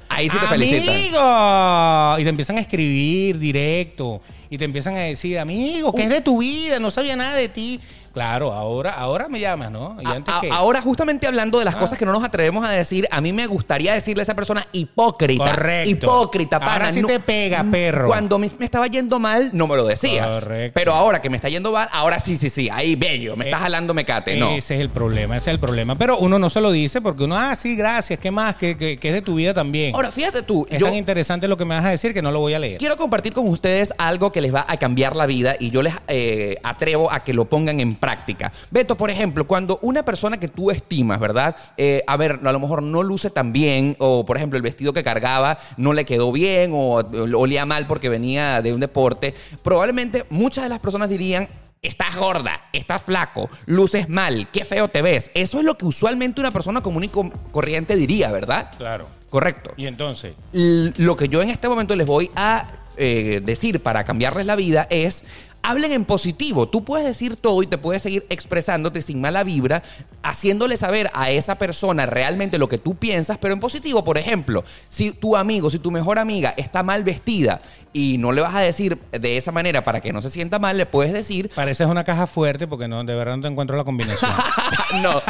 Speaker 1: Ahí sí te felicitan.
Speaker 2: ¡Amigo! Y te empiezan a escribir directo. Y te empiezan a decir, amigo, ¿qué es de tu vida? No sabía nada de ti. Claro, ahora, ahora me llamas, ¿no? Y
Speaker 1: A-
Speaker 2: antes
Speaker 1: a-
Speaker 2: que-
Speaker 1: Ah,
Speaker 2: Ah.
Speaker 1: Ahora, justamente hablando de las cosas que no nos atrevemos a decir, a mí me gustaría decirle a esa persona hipócrita.
Speaker 2: Correcto.
Speaker 1: Hipócrita, pana.
Speaker 2: Ahora sí te pega, perro.
Speaker 1: Cuando me, me estaba yendo mal, no me lo decías.
Speaker 2: Correcto.
Speaker 1: Pero ahora que me está yendo mal, ahora sí, sí, sí. Ahí, bello. Me estás
Speaker 2: Eh,
Speaker 1: jalando mecate. No.
Speaker 2: Ese es el problema, ese es el problema. Pero uno no se lo dice porque uno, ah, sí, gracias, ¿qué más? Que, que, que es de tu vida también.
Speaker 1: Ahora, fíjate tú.
Speaker 2: es
Speaker 1: yo-
Speaker 2: tan interesante lo que me vas a decir que no lo voy a leer.
Speaker 1: Quiero compartir con ustedes algo que les va a cambiar la vida y yo les eh, atrevo a que lo pongan en práctica. Beto, por ejemplo, cuando una persona que tú estimas, ¿verdad? Eh, a ver, a lo mejor no luce tan bien o, por ejemplo, el vestido que cargaba no le quedó bien o, o olía mal porque venía de un deporte, probablemente muchas de las personas dirían... Estás gorda, estás flaco, luces mal, qué feo te ves. Eso es lo que usualmente una persona común y com- corriente diría, ¿verdad?
Speaker 2: Claro.
Speaker 1: Correcto
Speaker 2: Y entonces,
Speaker 1: l- lo que yo en este momento les voy a eh, decir para cambiarles la vida es. Hablen en positivo. Tú puedes decir todo y te puedes seguir expresándote sin mala vibra, haciéndole saber a esa persona realmente lo que tú piensas, pero en positivo. Por ejemplo, si tu amigo, si tu mejor amiga está mal vestida y no le vas a decir de esa manera para que no se sienta mal, le puedes decir,
Speaker 2: pareces una caja fuerte porque no, de verdad no te encuentro la combinación.
Speaker 1: "Ah, no,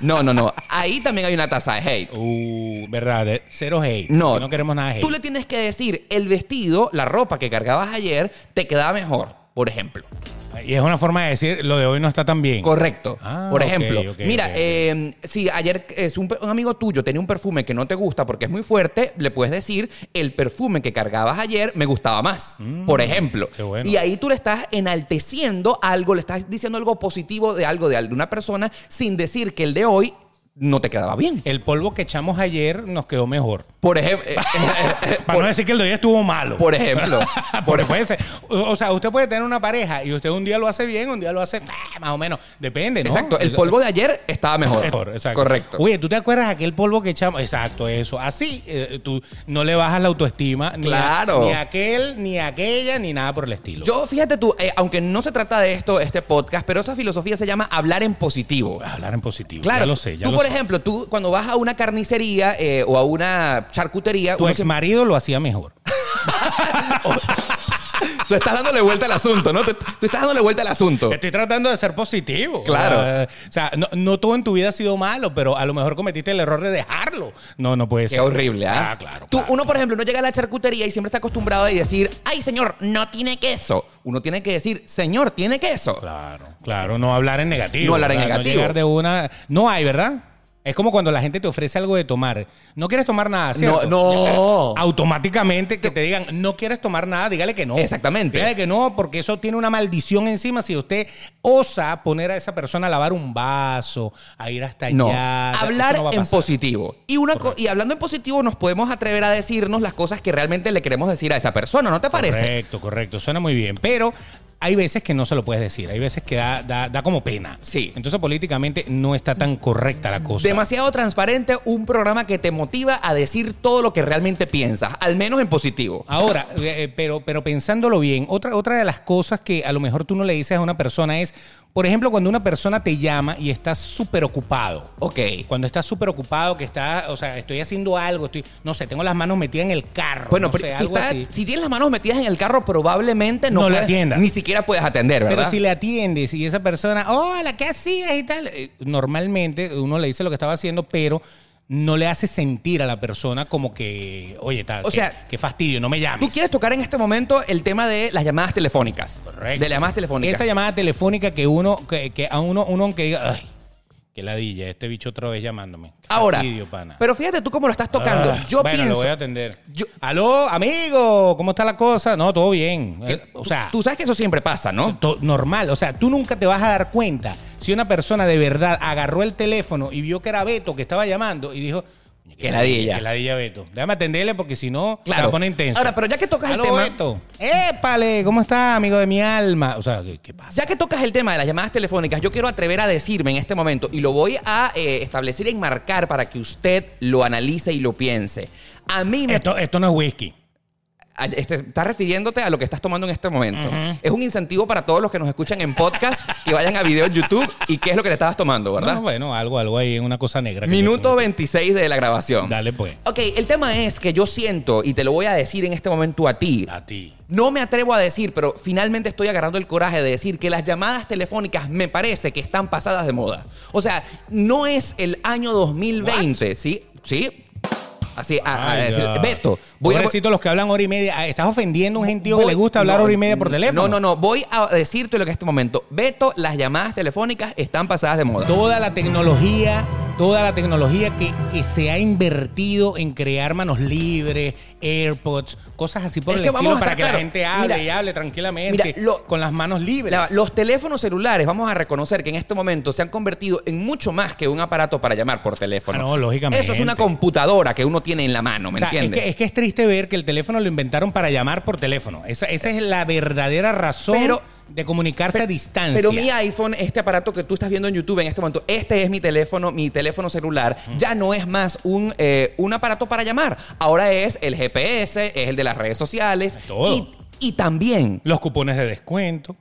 Speaker 1: no, no, no. Ahí también hay una tasa de hate.
Speaker 2: uh, verdad, eh, cero hate.
Speaker 1: No.
Speaker 2: Que No queremos nada de hate.
Speaker 1: Tú le tienes que decir, el vestido, la ropa que cargabas ayer, te quedaba mejor, por ejemplo.
Speaker 2: Y es una forma de decir, lo de hoy no está tan bien.
Speaker 1: Correcto.
Speaker 2: Ah,
Speaker 1: por
Speaker 2: ok,
Speaker 1: ejemplo,
Speaker 2: ok,
Speaker 1: mira,
Speaker 2: ok, ok.
Speaker 1: eh, si ayer es un, un amigo tuyo tenía un perfume que no te gusta porque es muy fuerte, le puedes decir, el perfume que cargabas ayer me gustaba más, por ejemplo.
Speaker 2: Mm, qué bueno.
Speaker 1: Y ahí tú le estás enalteciendo algo, le estás diciendo algo positivo de algo de alguna persona sin decir que el de hoy no te quedaba bien.
Speaker 2: El polvo que echamos ayer nos quedó mejor.
Speaker 1: Por eh, ejemplo,
Speaker 2: Para no decir que el de hoy estuvo malo.
Speaker 1: por ejemplo, por,
Speaker 2: Porque puede ser. O o sea, usted puede tener una pareja y usted un día lo hace bien, un día lo hace ah, más o menos. Depende, ¿no?
Speaker 1: Exacto, el
Speaker 2: Eso-
Speaker 1: polvo de ayer estaba mejor.
Speaker 2: Mejor, exacto.
Speaker 1: Eh, Correcto.
Speaker 2: Oye, ¿tú te acuerdas aquel polvo que echamos? Exacto, eso. Así eh, tú no le bajas la autoestima ni, a-
Speaker 1: Claro.
Speaker 2: ni a aquel, ni a aquella, ni nada por el estilo.
Speaker 1: Yo, fíjate tú, eh, aunque no se trata de esto, este podcast, pero esa filosofía se llama hablar en positivo.
Speaker 2: Hablar en positivo.
Speaker 1: Claro,
Speaker 2: Ah, Ya lo sé. Ya
Speaker 1: tú,
Speaker 2: lo
Speaker 1: por
Speaker 2: sé.
Speaker 1: ejemplo, tú cuando vas a una carnicería eh, o a una charcutería,
Speaker 2: tu
Speaker 1: uno
Speaker 2: ex marido lo hacía mejor.
Speaker 1: siempre- tú estás dándole vuelta al asunto, ¿no? Tú, tú estás dándole vuelta al asunto.
Speaker 2: Estoy tratando de ser positivo.
Speaker 1: Claro.
Speaker 2: Eh, O sea, no, no todo en tu vida ha sido malo, pero a lo mejor cometiste el error de dejarlo. No, no puede
Speaker 1: Qué
Speaker 2: ser.
Speaker 1: horrible, ¿ah?
Speaker 2: Ah, claro.
Speaker 1: Tú,
Speaker 2: claro.
Speaker 1: uno, por ejemplo, no llega a la charcutería y siempre está acostumbrado a decir, ay, señor, no tiene queso. Uno tiene que decir, señor, tiene queso.
Speaker 2: Claro, claro, no hablar en negativo.
Speaker 1: No hablar en
Speaker 2: ¿verdad?
Speaker 1: negativo.
Speaker 2: llegar de una. No hay, ¿verdad? Es como cuando la gente te ofrece algo de tomar. No quieres tomar nada, ¿cierto?
Speaker 1: No, no.
Speaker 2: Automáticamente que te digan, no quieres tomar nada, dígale que no.
Speaker 1: Exactamente.
Speaker 2: Dígale que no, porque eso tiene una maldición encima. Si usted osa poner a esa persona a lavar un vaso, a ir hasta
Speaker 1: No.
Speaker 2: allá. eso
Speaker 1: hablar
Speaker 2: no va a
Speaker 1: en
Speaker 2: pasar.
Speaker 1: positivo. Y, una co- y hablando en positivo, nos podemos atrever a decirnos las cosas que realmente le queremos decir a esa persona, ¿no te parece?
Speaker 2: Correcto, correcto. Suena muy bien. Pero hay veces que no se lo puedes decir. Hay veces que da, da- da como pena.
Speaker 1: Sí.
Speaker 2: Entonces, políticamente no está tan correcta la cosa.
Speaker 1: Demasiado transparente, un programa que te motiva a decir todo lo que realmente piensas, al menos en positivo.
Speaker 2: Ahora, eh, eh, pero, pero pensándolo bien, otra, otra de las cosas que a lo mejor tú no le dices a una persona es, por ejemplo, cuando una persona te llama y estás súper ocupado.
Speaker 1: Ok.
Speaker 2: Cuando estás súper ocupado, que está, o sea, estoy haciendo algo, estoy, no sé, tengo las manos metidas en el carro.
Speaker 1: Bueno,
Speaker 2: no
Speaker 1: pero
Speaker 2: sé,
Speaker 1: si,
Speaker 2: algo
Speaker 1: está-
Speaker 2: así.
Speaker 1: si tienes las manos metidas en el carro, probablemente no,
Speaker 2: No la
Speaker 1: puedes-
Speaker 2: atiendas.
Speaker 1: Ni siquiera puedes atender, ¿verdad?
Speaker 2: Pero si le atiendes y esa persona, hola, ¿qué hacías y tal? eh, Normalmente uno le dice lo que estaba haciendo, pero no le hace sentir a la persona como que, oye, está,
Speaker 1: O
Speaker 2: qué,
Speaker 1: sea,
Speaker 2: qué fastidio, no me llames.
Speaker 1: Tú quieres tocar en este momento el tema de las llamadas telefónicas.
Speaker 2: Correcto.
Speaker 1: De las llamadas telefónicas.
Speaker 2: Esa llamada telefónica que uno, que, que a uno, uno aunque diga, ay, qué ladilla, este bicho otra vez llamándome. Qué
Speaker 1: Ahora,
Speaker 2: fastidio, pana.
Speaker 1: pero fíjate tú cómo lo estás tocando.
Speaker 2: Ah,
Speaker 1: yo
Speaker 2: bueno, lo
Speaker 1: pienso.
Speaker 2: voy a atender.
Speaker 1: Yo-
Speaker 2: Aló, amigo, ¿cómo está la cosa? No, todo bien.
Speaker 1: que-
Speaker 2: Eh, o sea,
Speaker 1: tú sabes que eso siempre pasa, ¿no?
Speaker 2: to- normal. O sea, tú nunca te vas a dar cuenta si una persona de verdad agarró el teléfono y vio que era Beto que estaba llamando y dijo.
Speaker 1: Qué ladilla.
Speaker 2: Que ladilla, Beto. Déjame atenderle porque si no,
Speaker 1: Claro.
Speaker 2: la pone intenso.
Speaker 1: Ahora, pero ya que tocas el
Speaker 2: Aló,
Speaker 1: tema-
Speaker 2: Beto. ¡Épale! ¿Cómo está, amigo de mi alma? O sea, ¿qué, qué pasa?
Speaker 1: Ya que tocas el tema de las llamadas telefónicas, yo quiero atrever a decirme en este momento, y lo voy a eh, establecer y enmarcar para que usted lo analice y lo piense. A mí me...
Speaker 2: Esto, esto no es whisky.
Speaker 1: a- este, estás refiriéndote a lo que estás tomando en este momento. Es un incentivo para todos los que nos escuchan en podcast, que vayan a video en YouTube y qué es lo que te estabas tomando, ¿verdad?
Speaker 2: No, bueno, algo, algo ahí, una cosa negra. que
Speaker 1: Minuto
Speaker 2: yo-
Speaker 1: 26 de la grabación.
Speaker 2: Dale, pues.
Speaker 1: Ok, el tema es que yo siento, y te lo voy a decir en este momento a ti,
Speaker 2: A ti.
Speaker 1: no me atrevo a decir, pero finalmente estoy agarrando el coraje de decir que las llamadas telefónicas me parece que están pasadas de moda. O sea, no es el año 2020, ¿sí? ¿Sí? Así, a, a
Speaker 2: Ay,
Speaker 1: Ah, decir,
Speaker 2: ya.
Speaker 1: Beto, voy a...
Speaker 2: Pobrecitos los que hablan hora y media. Ah, Estás ofendiendo a un gentío que
Speaker 1: Voy-
Speaker 2: le gusta hablar
Speaker 1: no,
Speaker 2: hora y media por teléfono.
Speaker 1: No, no, no. Voy a decirte lo que en este momento. Beto, las llamadas telefónicas están pasadas de moda.
Speaker 2: Toda la tecnología, toda la tecnología que, que se ha invertido en crear manos libres, AirPods, cosas así por
Speaker 1: Es
Speaker 2: el
Speaker 1: que
Speaker 2: estilo
Speaker 1: vamos a
Speaker 2: para
Speaker 1: estar
Speaker 2: que la
Speaker 1: claros.
Speaker 2: gente hable
Speaker 1: Mira,
Speaker 2: y hable tranquilamente
Speaker 1: mira, lo-
Speaker 2: con las manos libres.
Speaker 1: La- los teléfonos celulares, vamos a reconocer que en este momento se han convertido en mucho más que un aparato para llamar por teléfono.
Speaker 2: Ah, no, lógicamente.
Speaker 1: Eso es una computadora que uno tiene en la mano, ¿me
Speaker 2: O sea, es,
Speaker 1: entiendes?
Speaker 2: que, es que es triste ver que el teléfono lo inventaron para llamar por teléfono. Esa, esa es la verdadera razón
Speaker 1: Pero-
Speaker 2: de comunicarse a distancia.
Speaker 1: Pero mi iPhone, este aparato que tú estás viendo en YouTube en este momento, este es mi teléfono, mi teléfono celular, ya no es más un, eh, un aparato para llamar. Ahora es el GPS, es el de las redes sociales.
Speaker 2: Ah, todo.
Speaker 1: Y, y también,
Speaker 2: Los cupones de descuento.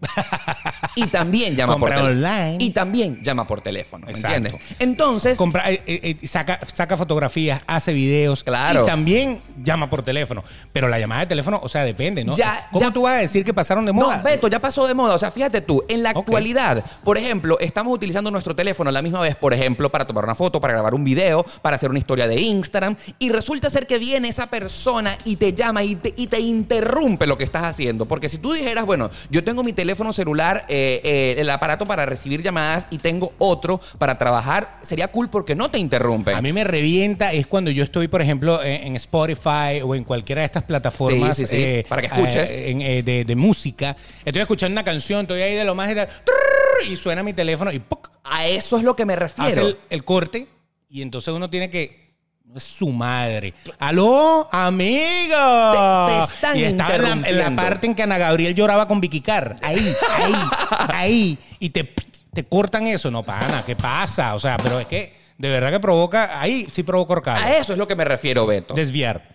Speaker 1: y también llama por
Speaker 2: Compra
Speaker 1: teléfono.
Speaker 2: online.
Speaker 1: Y también llama por teléfono, ¿me
Speaker 2: Exacto.
Speaker 1: entiendes? Entonces,
Speaker 2: Compra- eh, eh, eh, saca, saca fotografías, hace videos.
Speaker 1: Claro.
Speaker 2: Y también llama por teléfono. Pero la llamada de teléfono, o sea, depende, ¿no?
Speaker 1: Ya,
Speaker 2: ¿Cómo
Speaker 1: ya.
Speaker 2: tú vas a decir que pasaron de moda?
Speaker 1: No, Beto, ya pasó de moda. O sea, fíjate tú, en la
Speaker 2: Ok.
Speaker 1: actualidad, por ejemplo, estamos utilizando nuestro teléfono a la misma vez, por ejemplo, para tomar una foto, para grabar un video, para hacer una historia de Instagram, y resulta ser que viene esa persona y te llama y te, y te interrumpe lo que estás haciendo. Porque si tú dijeras, bueno, yo tengo mi teléfono celular, eh, eh, el aparato para recibir llamadas y tengo otro para trabajar, sería cool porque no te interrumpen.
Speaker 2: A mí me revienta es cuando yo estoy, por ejemplo, en, en Spotify o en cualquiera de estas plataformas
Speaker 1: Sí, sí, sí, para que escuches.
Speaker 2: eh, en, eh, de, de música. Estoy escuchando una canción, estoy ahí de lo más y tal, trrr, y suena mi teléfono y ¡puc!
Speaker 1: a eso es lo que me
Speaker 2: hace
Speaker 1: refiero.
Speaker 2: el, el corte y entonces uno tiene que su madre. ¡Aló, amigo!
Speaker 1: Te- te están
Speaker 2: y estaba en la- en la,
Speaker 1: interrumpiendo.
Speaker 2: parte en que Ana Gabriel lloraba con Vicky Carr. Ahí, ahí, ahí. Y te, te cortan eso. No, pana, ¿qué pasa? O sea, pero es que de verdad que provoca... Ahí sí provocó
Speaker 1: A
Speaker 2: orcada.
Speaker 1: eso es lo que me refiero, Beto.
Speaker 2: Desviar.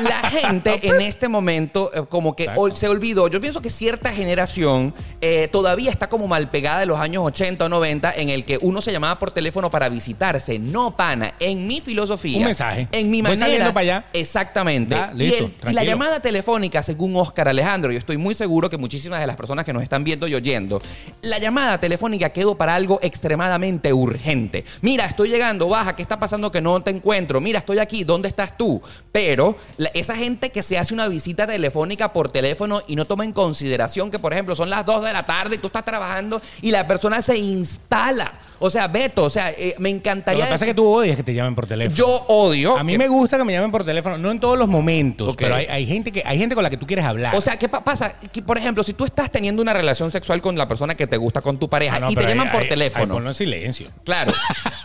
Speaker 1: la gente en este momento eh, como que
Speaker 2: Exacto.
Speaker 1: ol- se olvidó. Yo pienso que cierta generación eh, todavía está como mal pegada de los años 80 o 90 en el que uno se llamaba por teléfono para visitarse. No, pana. En mi filosofía.
Speaker 2: Un mensaje.
Speaker 1: En mi
Speaker 2: Voy
Speaker 1: manera.
Speaker 2: saliendo para allá.
Speaker 1: Exactamente.
Speaker 2: Ya,
Speaker 1: y,
Speaker 2: listo,
Speaker 1: el- y la
Speaker 2: tranquilo.
Speaker 1: llamada telefónica, según Oscar Alejandro, yo estoy muy seguro que muchísimas de las personas que nos están viendo y oyendo, la llamada telefónica quedó para algo extremadamente urgente. Mira, estoy llegando, baja, ¿qué está pasando que no te encuentro? Mira, estoy aquí, ¿dónde estás tú? Pero la- esa gente que se hace una visita telefónica por teléfono y no toma en consideración que, por ejemplo, son las 2 de la tarde y tú estás trabajando y la persona se instala. O sea, Beto, o sea, eh, me
Speaker 2: Lo
Speaker 1: encantaría.
Speaker 2: que pasa es que tú odias que te llamen por teléfono.
Speaker 1: Yo odio.
Speaker 2: A mí
Speaker 1: que-
Speaker 2: me gusta que me llamen por teléfono, no en todos los momentos,
Speaker 1: Ok.
Speaker 2: pero hay, hay gente que hay gente con la que tú quieres hablar.
Speaker 1: O sea, ¿qué pa- pasa? Que, por ejemplo, si tú estás teniendo una relación sexual con la persona que te gusta, con tu pareja,
Speaker 2: Ah, no,
Speaker 1: y te
Speaker 2: pero ahí-
Speaker 1: llaman por
Speaker 2: ahí- ahí
Speaker 1: teléfono.
Speaker 2: ponlo en silencio.
Speaker 1: Claro.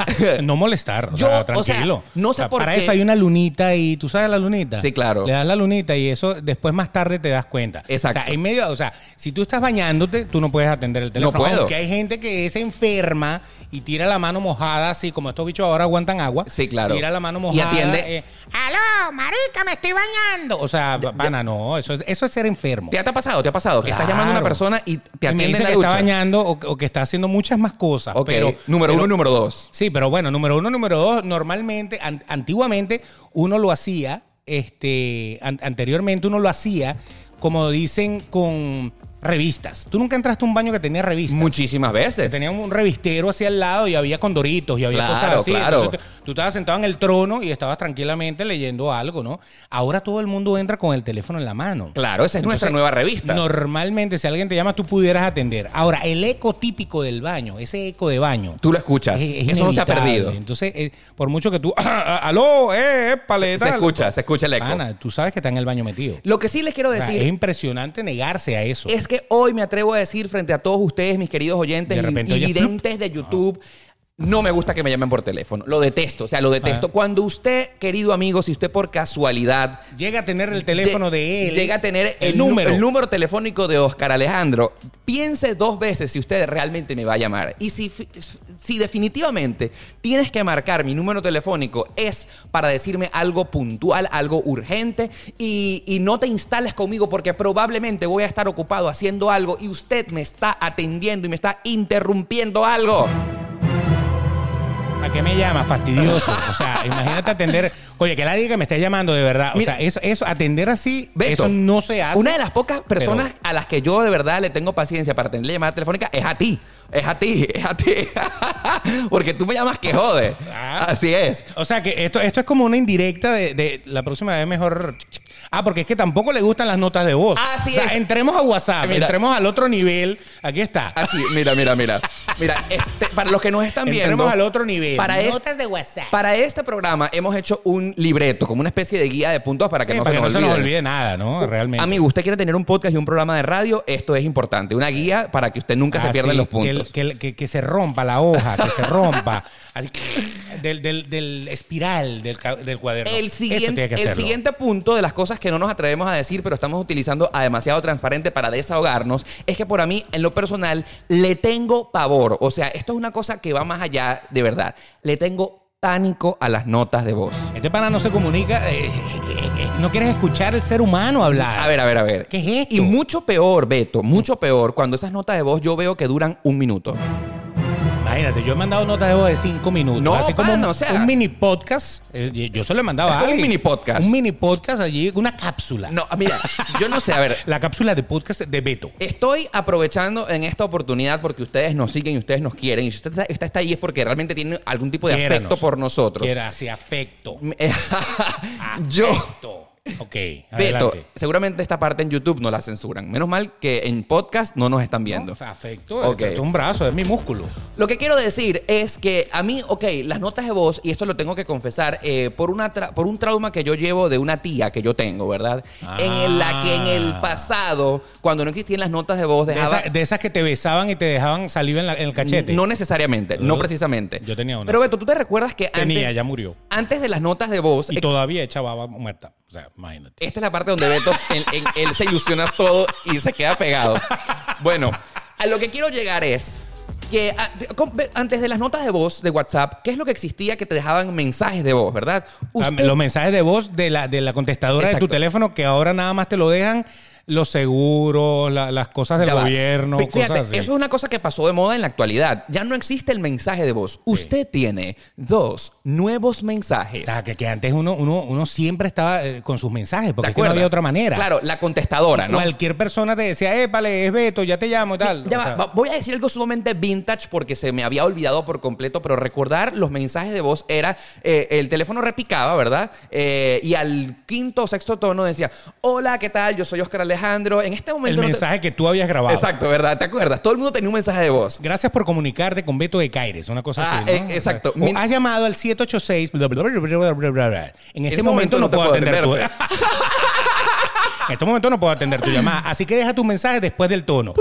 Speaker 2: No molestar, o
Speaker 1: Yo,
Speaker 2: sea,
Speaker 1: o sea,
Speaker 2: tranquilo.
Speaker 1: no sé por
Speaker 2: para
Speaker 1: qué-
Speaker 2: eso hay una lunita y tú sabes la lunita.
Speaker 1: Sí, claro.
Speaker 2: Le das la lunita y eso después más tarde te das cuenta.
Speaker 1: Exacto.
Speaker 2: O sea, en medio, o sea, si tú estás bañándote, tú no puedes atender el teléfono.
Speaker 1: puedo.
Speaker 2: Aunque hay gente que es enferma y tira la mano mojada, así como estos bichos ahora aguantan agua.
Speaker 1: Sí, claro.
Speaker 2: Tira la mano
Speaker 1: Y
Speaker 2: mojada.
Speaker 1: atiende.
Speaker 2: eh,
Speaker 5: Aló, marica, me estoy bañando.
Speaker 2: o sea, pana, no, eso, es- eso es ser enfermo.
Speaker 1: ¿Te ha te ha pasado? ¿Te ha pasado? Que estás llamando a una
Speaker 2: Claro.
Speaker 1: persona y te
Speaker 2: Y me
Speaker 1: atiende
Speaker 2: dice
Speaker 1: en la
Speaker 2: que
Speaker 1: ducha.
Speaker 2: está bañando o, o que está haciendo muchas más cosas.
Speaker 1: ok.
Speaker 2: pero-
Speaker 1: número
Speaker 2: pero-
Speaker 1: uno, número dos.
Speaker 2: Sí, pero bueno, número uno, número dos, normalmente, an- antiguamente uno lo hacía, este, an- anteriormente uno lo hacía, como dicen, con revistas. Tú nunca entraste a un baño que tenía revistas.
Speaker 1: Muchísimas veces.
Speaker 2: Tenía un revistero hacia al lado y había condoritos y había
Speaker 1: Claro,
Speaker 2: cosas así.
Speaker 1: claro.
Speaker 2: Entonces, tú- tú estabas sentado en el trono y estabas tranquilamente leyendo algo, ¿no? Ahora todo el mundo entra con el teléfono en la mano.
Speaker 1: Claro, esa es nuestra nueva revista.
Speaker 2: Normalmente, si alguien te llama, tú pudieras atender. Ahora, el eco típico del baño, ese eco de baño.
Speaker 1: Tú lo escuchas.
Speaker 2: es- es
Speaker 1: Eso no se ha
Speaker 2: inevitable.
Speaker 1: perdido.
Speaker 2: Entonces, eh, por mucho que tú. ¡Aló! ¡Eh! épale,
Speaker 1: Se
Speaker 2: tal!
Speaker 1: escucha, se escucha el eco.
Speaker 2: Pana, tú sabes que está en el baño metido.
Speaker 1: Lo que sí les quiero
Speaker 2: O sea,
Speaker 1: decir
Speaker 2: es impresionante negarse a eso.
Speaker 1: Es que hoy me atrevo a decir frente a todos ustedes, mis queridos oyentes
Speaker 2: De
Speaker 1: y-
Speaker 2: repente
Speaker 1: y
Speaker 2: oyes,
Speaker 1: videntes de YouTube. No me gusta que me llamen por teléfono. Lo detesto. O sea, lo detesto.
Speaker 2: Ah.
Speaker 1: Cuando usted, querido amigo, si usted por casualidad
Speaker 2: Llega a tener el teléfono
Speaker 1: lle-
Speaker 2: de él.
Speaker 1: llega a tener el,
Speaker 2: el
Speaker 1: nu-
Speaker 2: número.
Speaker 1: el número telefónico de Oscar Alejandro, piense dos veces si usted realmente me va a llamar. Y si, fi- si definitivamente tienes que marcar mi número telefónico, es para decirme algo puntual, algo urgente, y, y no te instales conmigo porque probablemente voy a estar ocupado haciendo algo y usted me está atendiendo y me está interrumpiendo algo.
Speaker 2: ¿A qué me llama? Fastidioso. O sea, imagínate atender. Oye, que la diga que me esté llamando de verdad. O
Speaker 1: Mira-
Speaker 2: sea, eso, eso, atender así,
Speaker 1: Beto,
Speaker 2: eso no se hace.
Speaker 1: Una de las pocas personas a las que yo de verdad le tengo paciencia para tener llamada telefónica es a ti. Es a ti, es a ti. Porque tú me llamas que jode.
Speaker 2: Ah.
Speaker 1: Así es.
Speaker 2: O sea, que esto, esto es como una indirecta de, de la próxima vez mejor. Ah, porque es que tampoco le gustan las notas de voz.
Speaker 1: Así
Speaker 2: o sea,
Speaker 1: es.
Speaker 2: entremos a WhatsApp,
Speaker 1: Mira.
Speaker 2: entremos al otro nivel. Aquí está.
Speaker 1: Así, mira, mira, mira. Mira, este, para los que nos están viendo.
Speaker 2: Entremos al otro nivel.
Speaker 1: Para, es-
Speaker 5: Notas de WhatsApp.
Speaker 1: para este programa hemos hecho un libreto, como una especie de guía de puntos para que
Speaker 2: Sí,
Speaker 1: no,
Speaker 2: para
Speaker 1: se,
Speaker 2: que no
Speaker 1: nos
Speaker 2: se nos
Speaker 1: olviden.
Speaker 2: olvide nada, ¿no? Realmente.
Speaker 1: Amigo, usted quiere tener un podcast y un programa de radio, esto es importante. Una guía para que usted nunca se
Speaker 2: Así,
Speaker 1: pierda en los
Speaker 2: Ah, que el-
Speaker 1: puntos.
Speaker 2: Que, el- que- que se rompa la hoja, que se rompa. Así, del, del- del espiral del, ca- del cuaderno.
Speaker 1: El
Speaker 2: Eso
Speaker 1: siguiente,
Speaker 2: tiene que
Speaker 1: el
Speaker 2: hacerlo.
Speaker 1: siguiente punto de las cosas que no nos atrevemos a decir, pero estamos utilizando a demasiado transparente para desahogarnos, es que por a mí, en lo personal, le tengo pavor. O sea, esto es una cosa que va más allá, de verdad. Le tengo pánico a las notas de voz.
Speaker 2: Este pana no se comunica. eh, eh, eh, no quieres escuchar al ser humano hablar.
Speaker 1: A ver, a ver, a ver.
Speaker 2: ¿Qué es esto?
Speaker 1: Y mucho peor, Beto, mucho peor, cuando esas notas de voz yo veo que duran un minuto.
Speaker 2: Imagínate, yo he mandado notas de voz de cinco minutos.
Speaker 1: No,
Speaker 2: así como
Speaker 1: pana,
Speaker 2: un,
Speaker 1: o sea.
Speaker 2: un mini podcast. eh, yo se lo mandaba
Speaker 1: Es
Speaker 2: a
Speaker 1: como un
Speaker 2: alguien.
Speaker 1: mini podcast.
Speaker 2: Un mini podcast allí, una cápsula.
Speaker 1: No, mira, yo no sé, a ver,
Speaker 2: La cápsula de podcast de Beto.
Speaker 1: Estoy aprovechando en esta oportunidad porque ustedes nos siguen y ustedes nos quieren. Y si usted está, está- está ahí es porque realmente tiene algún tipo de
Speaker 2: Quiéranos.
Speaker 1: afecto por nosotros.
Speaker 2: Quiera, sí, afecto.
Speaker 1: Yo,
Speaker 2: Afecto. Ah, Ok,
Speaker 1: Beto,
Speaker 2: Ah, eh, adelante.
Speaker 1: seguramente esta parte en YouTube no la censuran. Menos mal que en podcast no nos están viendo.
Speaker 2: No, afecto,
Speaker 1: Ok.
Speaker 2: es un brazo, es mi músculo.
Speaker 1: Lo que quiero decir es que a mí, ok, las notas de voz, y esto lo tengo que confesar, eh, por, una tra- por un trauma que yo llevo de una tía que yo tengo, ¿verdad? En el- la que en el
Speaker 2: Ah.
Speaker 1: pasado, cuando no existían las notas de voz,
Speaker 2: De,
Speaker 1: dejaba...
Speaker 2: esas- de esas que te besaban y te dejaban salir en, la- en el cachete.
Speaker 1: No necesariamente, no
Speaker 2: Uh,
Speaker 1: precisamente.
Speaker 2: yo tenía una
Speaker 1: Pero
Speaker 2: así.
Speaker 1: Beto, ¿tú te recuerdas que antes,
Speaker 2: Tenía, ya murió.
Speaker 1: antes de las notas de voz,
Speaker 2: Y
Speaker 1: ex-
Speaker 2: todavía echaba baba muerta. O sea, imagínate.
Speaker 1: esta es la parte donde Beto, en- en- él se ilusiona todo y se queda pegado. Bueno, a lo que quiero llegar es que a- de- con- ve- antes de las notas de voz de WhatsApp, ¿qué es lo que existía que te dejaban mensajes de voz, verdad?
Speaker 2: Ah, Los mensajes de voz de la, de la contestadora de tu
Speaker 1: Exacto.
Speaker 2: teléfono que ahora nada más te lo dejan los seguros, la- las cosas del
Speaker 1: Ya va.
Speaker 2: gobierno,
Speaker 1: Fíjate,
Speaker 2: cosas así.
Speaker 1: Eso es una cosa que pasó de moda en la actualidad. Ya no existe el mensaje de voz. Usted tiene dos nuevos mensajes.
Speaker 2: O sea, que, que antes uno, uno, uno siempre estaba eh, con sus mensajes,
Speaker 1: ¿Te
Speaker 2: porque es que no
Speaker 1: acuerdas?
Speaker 2: había otra manera.
Speaker 1: Claro, la contestadora, ¿no?
Speaker 2: Cualquier persona te decía, épale, es Beto, ya te llamo y tal.
Speaker 1: Ya
Speaker 2: O
Speaker 1: va,
Speaker 2: sea,
Speaker 1: va- voy a decir algo sumamente vintage porque se me había olvidado por completo, pero recordar los mensajes de voz era, eh, el teléfono repicaba, ¿verdad? Eh, y al quinto o sexto tono decía, hola, ¿qué tal? Yo soy Oscar Alejandro, en este momento...
Speaker 2: El
Speaker 1: no te-
Speaker 2: mensaje que tú habías grabado.
Speaker 1: Exacto, ¿verdad? ¿Te acuerdas? Todo el mundo tenía un mensaje de voz.
Speaker 2: Gracias por comunicarte con Beto de Caires, una cosa
Speaker 1: Ah,
Speaker 2: así. ¿no?
Speaker 1: eh, exacto.
Speaker 2: O has llamado al 786. bla, bla, bla, bla, bla, bla, bla, bla. En este momento, no puedo atender tu.
Speaker 1: pues.
Speaker 2: en este momento no puedo atender tu llamada. Así que deja tu mensaje después del tono.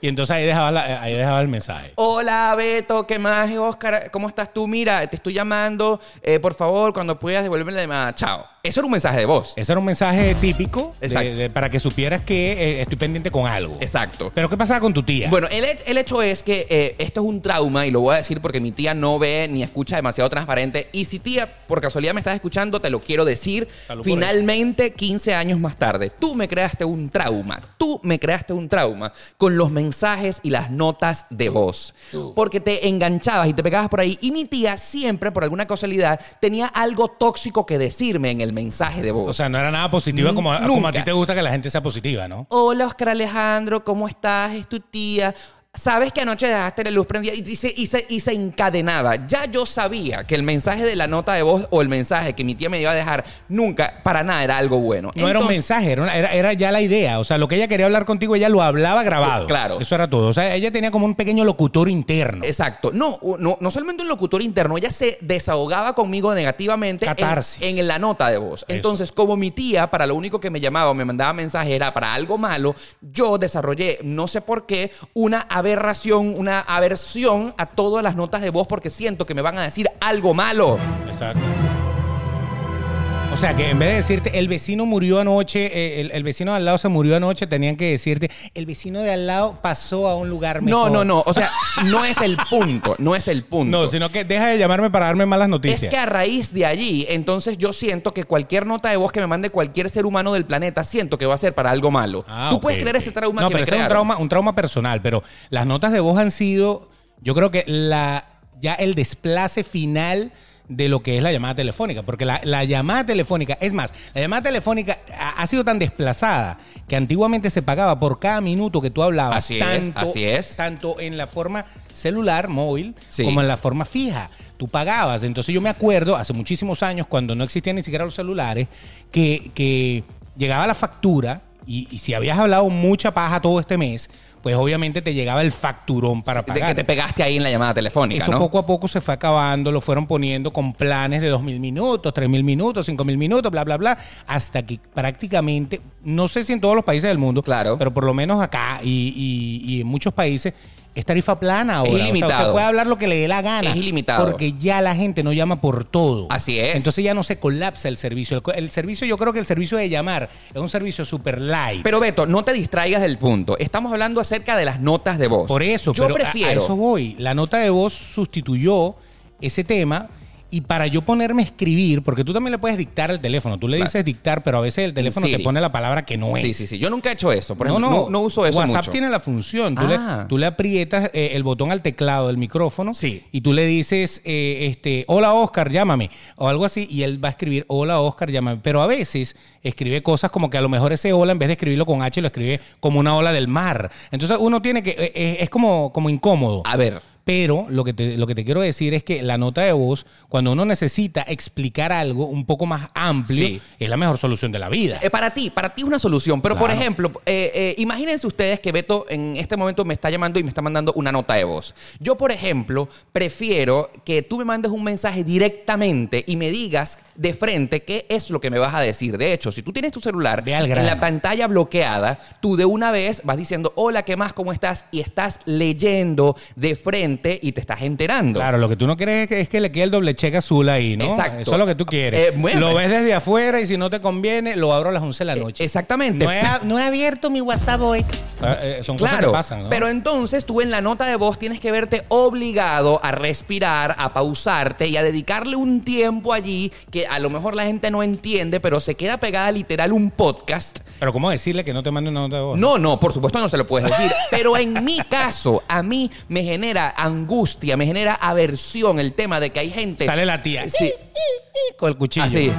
Speaker 2: Y entonces ahí dejaba, la- ahí dejaba el mensaje.
Speaker 1: Hola Beto, ¿qué más? Oscar, ¿cómo estás tú? Mira, te estoy llamando. eh, por favor, cuando puedas, devuélveme la llamada. Chao. Eso era un mensaje de voz.
Speaker 2: Ese era un mensaje típico de-
Speaker 1: Exacto.
Speaker 2: de- para que supieras que eh, estoy pendiente con algo.
Speaker 1: Exacto.
Speaker 2: Pero ¿qué pasaba con tu tía?
Speaker 1: Bueno, el, he- el hecho es que eh, esto es un trauma y lo voy a decir porque mi tía no ve ni escucha demasiado transparente. Y si tía, por casualidad me estás escuchando, te lo quiero decir.
Speaker 2: Salud por
Speaker 1: Finalmente, 15 años más tarde, tú me creaste un trauma. Tú me creaste un trauma con los mensajes y las notas de voz. Porque te enganchabas y te pegabas por ahí. Y mi tía siempre, por alguna casualidad, tenía algo tóxico que decirme en el mensaje de voz.
Speaker 2: o sea, no era nada positiva
Speaker 1: Mm,
Speaker 2: como, como a ti
Speaker 1: nunca.
Speaker 2: te gusta que la gente sea positiva, ¿no?
Speaker 1: Hola, Oscar Alejandro, ¿cómo estás? Es tu tía. Sabes que anoche dejaste la luz prendida y, y se, y se- y se encadenaba. Ya yo sabía que el mensaje de la nota de voz o el mensaje que mi tía me iba a dejar nunca, para nada, era algo bueno.
Speaker 2: No era un
Speaker 1: Entonces-
Speaker 2: mensaje, era, una- era, era ya la idea. O sea, lo que ella quería hablar contigo, ella lo hablaba grabado.
Speaker 1: Claro. Eh,
Speaker 2: Eso era todo. O sea, ella tenía como un pequeño locutor interno.
Speaker 1: Exacto. No, no, no solamente un locutor interno, ella se desahogaba conmigo negativamente en-
Speaker 2: Catarsis.
Speaker 1: En, la nota de voz. Entonces, como mi tía, para lo único que me llamaba o me mandaba mensaje era para algo malo, yo desarrollé, no sé por qué, una aberración, una aversión a todas las notas de voz porque siento que me van a decir algo malo.
Speaker 2: Exacto. O sea, que en vez de decirte, el vecino murió anoche, eh, el, el vecino de al lado se murió anoche, tenían que decirte, el vecino de al lado pasó a un lugar mejor.
Speaker 1: No, no, no. O sea, no es el punto. No es el punto.
Speaker 2: No, sino que deja de llamarme para darme malas
Speaker 1: Es
Speaker 2: noticias.
Speaker 1: que a raíz de allí, entonces yo siento que cualquier nota de voz que me mande cualquier ser humano del planeta, siento que va a ser para algo malo.
Speaker 2: Ah,
Speaker 1: Tú
Speaker 2: ok,
Speaker 1: puedes creer
Speaker 2: ok.
Speaker 1: ese trauma
Speaker 2: no,
Speaker 1: que
Speaker 2: pero
Speaker 1: me
Speaker 2: ese es un
Speaker 1: crearon.
Speaker 2: trauma, un trauma personal, pero las notas de voz han sido, yo creo que la, ya el desplace final de lo que es la llamada telefónica, porque la, la llamada telefónica, es más, la llamada telefónica ha, ha sido tan desplazada que antiguamente se pagaba por cada minuto que tú hablabas,
Speaker 1: Así es,
Speaker 2: tanto,
Speaker 1: así es.
Speaker 2: tanto en la forma celular, móvil,
Speaker 1: Sí.
Speaker 2: como en la forma fija. Tú pagabas. Entonces yo me acuerdo, hace muchísimos años, cuando no existían ni siquiera los celulares, que, que llegaba la factura y, y si habías hablado mucha paja todo este mes, pues obviamente te llegaba el facturón para
Speaker 1: De
Speaker 2: pagar.
Speaker 1: que te pegaste ahí en la llamada telefónica,
Speaker 2: Eso
Speaker 1: ¿no?
Speaker 2: poco a poco se fue acabando, lo fueron poniendo con planes de 2.000 minutos, 3.000 minutos, 5.000 minutos, bla, bla, bla, hasta que prácticamente, no sé si en todos los países del mundo,
Speaker 1: Claro.
Speaker 2: pero por lo menos acá y, y- y en muchos países, es tarifa plana ahora. O sea,
Speaker 1: ilimitado.
Speaker 2: usted puede hablar lo que le dé la gana.
Speaker 1: Es ilimitado.
Speaker 2: Porque ya la gente no llama por todo.
Speaker 1: Así es.
Speaker 2: Entonces ya no se colapsa el servicio. El, co- el servicio, yo creo que el servicio de llamar es un servicio super light.
Speaker 1: Pero Beto, no te distraigas del punto. Estamos hablando acerca de las notas de voz.
Speaker 2: Por eso,
Speaker 1: yo
Speaker 2: pero a-
Speaker 1: prefiero.
Speaker 2: A, eso voy. La nota de voz sustituyó ese tema. Y para yo ponerme a escribir, porque tú también le puedes dictar al teléfono. Tú le
Speaker 1: Claro.
Speaker 2: dices dictar, pero a veces el teléfono te
Speaker 1: Siri.
Speaker 2: pone la palabra que no es.
Speaker 1: sí, sí, sí. Yo nunca he hecho eso. Por ejemplo, no, no uso eso
Speaker 2: WhatsApp
Speaker 1: mucho.
Speaker 2: tiene la función. Tú,
Speaker 1: Ah.
Speaker 2: le, tú le aprietas eh, el botón al teclado del micrófono
Speaker 1: Sí.
Speaker 2: y tú le dices, eh, este, hola Oscar, llámame, o algo así, y él va a escribir, hola Oscar, llámame. Pero a veces escribe cosas como que a lo mejor ese hola, en vez de escribirlo con H, lo escribe como una ola del mar. Entonces uno tiene que, eh, eh, es como, como incómodo.
Speaker 1: A ver.
Speaker 2: Pero lo que, te, lo que te quiero decir es que la nota de voz, cuando uno necesita explicar algo un poco más amplio,
Speaker 1: Sí.
Speaker 2: es la mejor solución de la vida.
Speaker 1: Eh, para ti, para ti es una solución. Pero, por
Speaker 2: Claro.
Speaker 1: ejemplo, eh, eh, imagínense ustedes que Beto en este momento me está llamando y me está mandando una nota de voz. Yo, por ejemplo, prefiero que tú me mandes un mensaje directamente y me digas de frente qué es lo que me vas a decir. De hecho, si tú tienes tu celular
Speaker 2: Ve al
Speaker 1: en la
Speaker 2: grano.
Speaker 1: pantalla bloqueada, tú de una vez vas diciendo, hola, ¿qué más? ¿Cómo estás? Y estás leyendo de frente y te estás enterando.
Speaker 2: Claro, lo que tú no quieres es que, es que le quede el doble cheque azul ahí, ¿no?
Speaker 1: Exacto.
Speaker 2: Eso es lo que tú quieres.
Speaker 1: Eh, bueno.
Speaker 2: lo ves desde afuera y si no te conviene, lo abro a las 11 de la noche.
Speaker 1: Eh, exactamente.
Speaker 2: No he, ab- no he abierto mi WhatsApp hoy. Ah, eh, son cosas
Speaker 1: Claro,
Speaker 2: que pasan, ¿no?
Speaker 1: pero entonces tú en la nota de voz tienes que verte obligado a respirar, a pausarte y a dedicarle un tiempo allí que a lo mejor la gente no entiende, pero se queda pegada literal un podcast.
Speaker 2: Pero ¿cómo decirle que no te mande una nota de voz?
Speaker 1: No, no, por supuesto no se lo puedes decir, pero en mi caso a mí me genera angustia, me genera aversión el tema de que hay gente...
Speaker 2: Sale la tía
Speaker 1: Sí,
Speaker 2: con el cuchillo.
Speaker 1: así.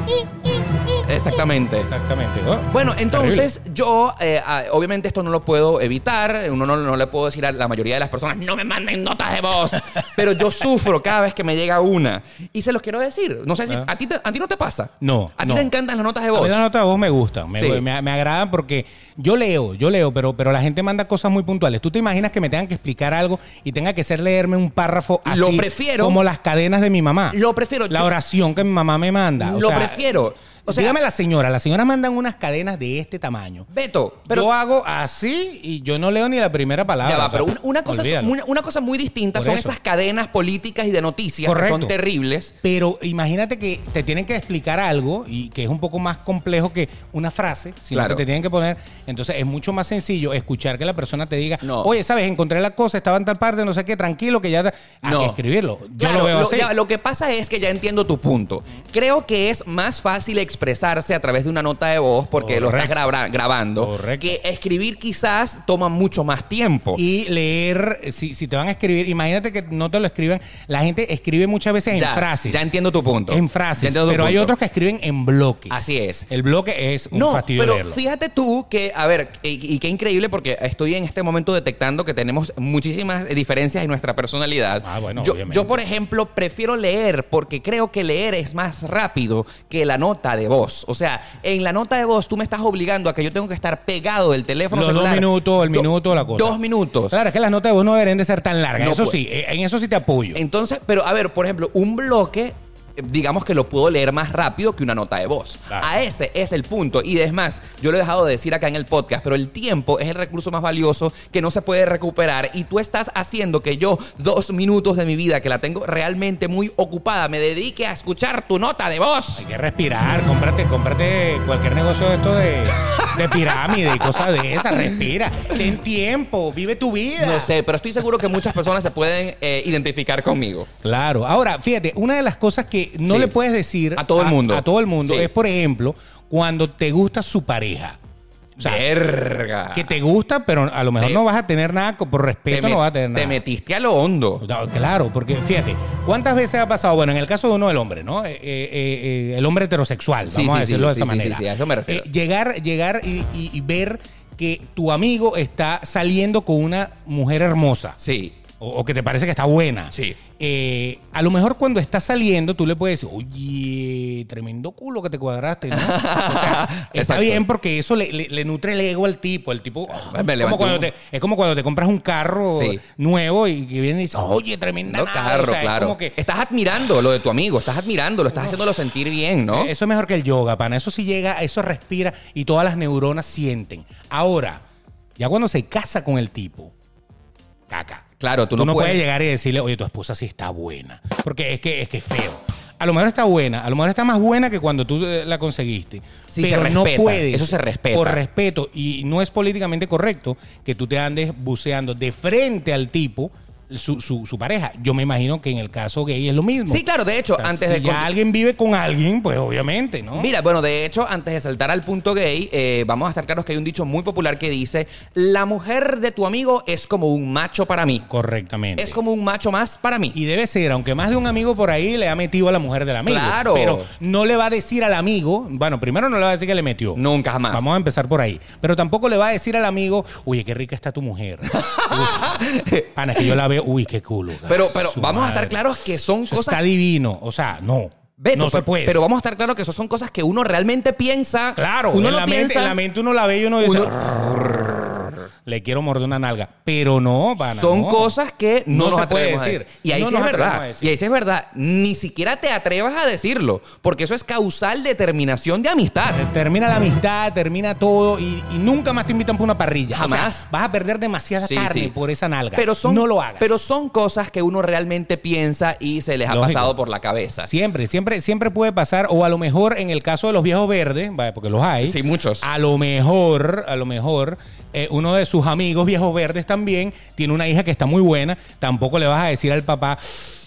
Speaker 1: Exactamente.
Speaker 2: Exactamente. Oh, ¿no?
Speaker 1: Bueno,
Speaker 2: Terrible.
Speaker 1: entonces yo, eh, ah, obviamente esto no lo puedo evitar, uno no, no le puedo decir a la mayoría de las personas, no me manden notas de voz, pero yo sufro cada vez que me llega una. Y se los quiero decir, no sé si a ti, te- a ti no te pasa.
Speaker 2: Ah. No,
Speaker 1: A ti
Speaker 2: no.
Speaker 1: te encantan las notas de
Speaker 2: A
Speaker 1: voz.
Speaker 2: mí las notas de voz me gustan, me,
Speaker 1: Sí.
Speaker 2: me- me agradan porque yo leo, yo leo, pero, pero la gente manda cosas muy puntuales. ¿Tú te imaginas que me tengan que explicar algo y tenga que ser leerme un párrafo así?
Speaker 1: Lo prefiero.
Speaker 2: Como las cadenas de mi mamá.
Speaker 1: Lo prefiero.
Speaker 2: La
Speaker 1: Yo-
Speaker 2: oración que mi mamá me manda. O
Speaker 1: Lo
Speaker 2: sea,
Speaker 1: prefiero. O sea-
Speaker 2: dígame la señora, las señoras mandan unas cadenas de este tamaño.
Speaker 1: Beto, pero...
Speaker 2: yo hago así y yo no leo ni la primera palabra.
Speaker 1: Ya va,
Speaker 2: O sea,
Speaker 1: pero una, una cosa,
Speaker 2: olvídalo.
Speaker 1: una, una cosa muy distinta
Speaker 2: Por
Speaker 1: son
Speaker 2: eso.
Speaker 1: esas cadenas políticas y de noticias que
Speaker 2: Correcto.
Speaker 1: son terribles.
Speaker 2: Pero imagínate que te tienen que explicar algo y que es un poco más complejo que una frase, sino
Speaker 1: Claro.
Speaker 2: que te tienen que poner. Entonces es mucho más sencillo escuchar que la persona te diga,
Speaker 1: No.
Speaker 2: oye, sabes, encontré la cosa, estaba en tal parte, no sé qué, tranquilo, que ya. te-". Hay que escribirlo. Yo
Speaker 1: Claro,
Speaker 2: lo veo así.
Speaker 1: ya, lo que pasa es que ya entiendo tu punto. Creo que es más fácil expresarse a través de una nota de voz porque lo estás
Speaker 2: Correcto.
Speaker 1: grabra- grabando.
Speaker 2: Correcto.
Speaker 1: Que escribir quizás toma mucho más tiempo.
Speaker 2: Y leer, eh, si, si te van a escribir, imagínate que no te lo escriban. La gente escribe muchas veces
Speaker 1: Ya,
Speaker 2: en frases.
Speaker 1: ya entiendo tu punto.
Speaker 2: En
Speaker 1: Ya
Speaker 2: frases.
Speaker 1: entiendo
Speaker 2: Pero
Speaker 1: tu
Speaker 2: hay
Speaker 1: punto.
Speaker 2: otros que escriben en bloques.
Speaker 1: Así es.
Speaker 2: El bloque es un
Speaker 1: no,
Speaker 2: fastidio
Speaker 1: pero
Speaker 2: leerlo.
Speaker 1: fíjate tú que, a ver, y, y qué increíble porque estoy en este momento detectando que tenemos muchísimas diferencias en nuestra personalidad.
Speaker 2: Ah, bueno,
Speaker 1: yo,
Speaker 2: obviamente.
Speaker 1: yo, por ejemplo, prefiero leer porque creo que leer es más rápido que la nota de voz. O sea, en la nota de voz tú me estás obligando a que yo tengo que estar pegado del teléfono
Speaker 2: Los
Speaker 1: celular.
Speaker 2: dos minutos, el
Speaker 1: Do-
Speaker 2: minuto, la cosa.
Speaker 1: Dos minutos.
Speaker 2: Claro, es que las notas de voz no deberían de ser tan largas.
Speaker 1: No,
Speaker 2: eso
Speaker 1: pues.
Speaker 2: sí, eh, en eso sí te apoyo.
Speaker 1: Entonces, pero a ver, por ejemplo, un bloque, eh, digamos que lo puedo leer más rápido que una nota de voz.
Speaker 2: Claro.
Speaker 1: A ese es el punto. Y es más, yo lo he dejado de decir acá en el podcast, pero el tiempo es el recurso más valioso que no se puede recuperar. Y tú estás haciendo que yo, dos minutos de mi vida, que la tengo realmente muy ocupada, me dedique a escuchar tu nota de voz.
Speaker 2: Hay que respirar, cómprate, cómprate cualquier negocio de esto de, de pirámide y cosas de esas. Respira, ten tiempo, vive tu vida.
Speaker 1: No sé, pero estoy seguro que muchas personas se pueden eh, identificar conmigo.
Speaker 2: Claro. Ahora, fíjate, una de las cosas que no
Speaker 1: Sí.
Speaker 2: le puedes decir
Speaker 1: A todo el mundo.
Speaker 2: a todo el mundo
Speaker 1: Sí.
Speaker 2: es, por ejemplo, cuando te gusta su pareja. O sea,
Speaker 1: Verga.
Speaker 2: que te gusta, pero a lo mejor
Speaker 1: Ah. Te-
Speaker 2: no vas a tener nada, co- por
Speaker 1: Te
Speaker 2: respeto
Speaker 1: met-
Speaker 2: no vas a tener nada.
Speaker 1: te metiste a lo hondo.
Speaker 2: Pues, No, claro, porque fíjate, ¿cuántas veces ha pasado? Bueno, en el caso de uno, el hombre, ¿no? Eh, eh, eh, eh, el hombre heterosexual,
Speaker 1: Sí,
Speaker 2: vamos a
Speaker 1: sí, sí,
Speaker 2: decirlo de
Speaker 1: sí, sí,
Speaker 2: esa
Speaker 1: sí,
Speaker 2: manera. Eh,
Speaker 1: sí, a eso me refiero.
Speaker 2: llegar llegar y, y- y ver que tu amigo está saliendo con una mujer hermosa
Speaker 1: Sí.
Speaker 2: o, o que te parece que está buena.
Speaker 1: Sí.
Speaker 2: Eh, a lo mejor cuando está saliendo, tú le puedes decir, oye, tremendo culo que te cuadraste. ¿no?" O sea, está
Speaker 1: Exacto.
Speaker 2: bien porque eso le, le- le nutre el ego al tipo. El tipo.
Speaker 1: me
Speaker 2: es, como
Speaker 1: levantó
Speaker 2: cuando
Speaker 1: un-
Speaker 2: te, es como cuando te compras un carro
Speaker 1: Sí.
Speaker 2: nuevo y que viene y dice, oye, tremenda.
Speaker 1: No,
Speaker 2: nave".
Speaker 1: claro,
Speaker 2: O sea, es
Speaker 1: claro.
Speaker 2: como que-
Speaker 1: Estás admirando lo de tu amigo, estás admirándolo, estás haciéndolo sentir bien, ¿no?
Speaker 2: Eso es mejor que el yoga, pana. Eso sí llega, eso respira y todas las neuronas sienten. Ahora, ya cuando se casa con el tipo, caca.
Speaker 1: Claro, tú
Speaker 2: Tú no,
Speaker 1: no
Speaker 2: puedes.
Speaker 1: puedes.
Speaker 2: llegar y decirle, oye, tu esposa sí está buena. Porque es que es que es feo. A lo mejor está buena, a lo mejor está más buena que cuando tú eh, la conseguiste.
Speaker 1: Sí, se
Speaker 2: pero no
Speaker 1: respeta,
Speaker 2: puedes.
Speaker 1: eso se respeta.
Speaker 2: Por respeto. Y no es políticamente correcto que tú te andes buceando de frente al tipo. Su, su- su pareja. Yo me imagino que en el caso gay es lo mismo.
Speaker 1: Sí, claro, de hecho,
Speaker 2: O sea,
Speaker 1: antes
Speaker 2: si
Speaker 1: de...
Speaker 2: ya alguien vive con alguien, pues obviamente, ¿no?
Speaker 1: Mira, bueno, de hecho, antes de saltar al punto gay, eh, vamos a estar claros que hay un dicho muy popular que dice, la mujer de tu amigo es como un macho para mí.
Speaker 2: Correctamente.
Speaker 1: Es como un macho más para mí.
Speaker 2: Y debe ser, aunque más de un amigo por ahí le ha metido a la mujer del amigo.
Speaker 1: Claro.
Speaker 2: Pero no le va a decir al amigo, bueno, primero no le va a decir que le metió.
Speaker 1: Nunca jamás.
Speaker 2: Vamos a empezar por ahí. Pero tampoco le va a decir al amigo, oye, qué rica está tu mujer. Uf. Pana, es que yo la veo, uy, qué culo.
Speaker 1: Pero, pero
Speaker 2: Su
Speaker 1: vamos a
Speaker 2: madre.
Speaker 1: estar claros que son
Speaker 2: Eso
Speaker 1: cosas...
Speaker 2: Está divino. O sea, no.
Speaker 1: Beto,
Speaker 2: no se
Speaker 1: pero-
Speaker 2: puede.
Speaker 1: Pero vamos a estar claros que eso son cosas que uno realmente piensa.
Speaker 2: Claro,
Speaker 1: uno
Speaker 2: en,
Speaker 1: lo
Speaker 2: la mente,
Speaker 1: piensa.
Speaker 2: en la mente uno la ve y uno dice,
Speaker 1: Uno-
Speaker 2: le quiero morder una nalga. Pero no, pana,
Speaker 1: Son
Speaker 2: no.
Speaker 1: cosas que
Speaker 2: No
Speaker 1: no, nos
Speaker 2: se puede
Speaker 1: atrevemos a
Speaker 2: decir.
Speaker 1: decir. Y ahí
Speaker 2: No
Speaker 1: sí es
Speaker 2: nos atrevemos a
Speaker 1: verdad.
Speaker 2: decir.
Speaker 1: Y ahí sí es verdad. Ni siquiera te atrevas a decirlo, porque eso es causal de terminación de amistad.
Speaker 2: Eh, Termina la amistad, termina todo y, y nunca más te invitan por una parrilla. O sea,
Speaker 1: Jamás.
Speaker 2: vas a perder demasiada
Speaker 1: Sí,
Speaker 2: carne
Speaker 1: sí.
Speaker 2: por esa nalga.
Speaker 1: Pero son,
Speaker 2: no lo hagas.
Speaker 1: Pero son cosas que uno realmente piensa y se les ha
Speaker 2: Lógico.
Speaker 1: pasado por la cabeza.
Speaker 2: Siempre, siempre, siempre puede pasar, o a lo mejor en el caso de los viejos verdes, vale, porque los hay.
Speaker 1: Sí, muchos.
Speaker 2: A lo mejor, a lo mejor, eh, uno de sus amigos viejos verdes también tiene una hija que está muy buena. Tampoco le vas a decir al papá,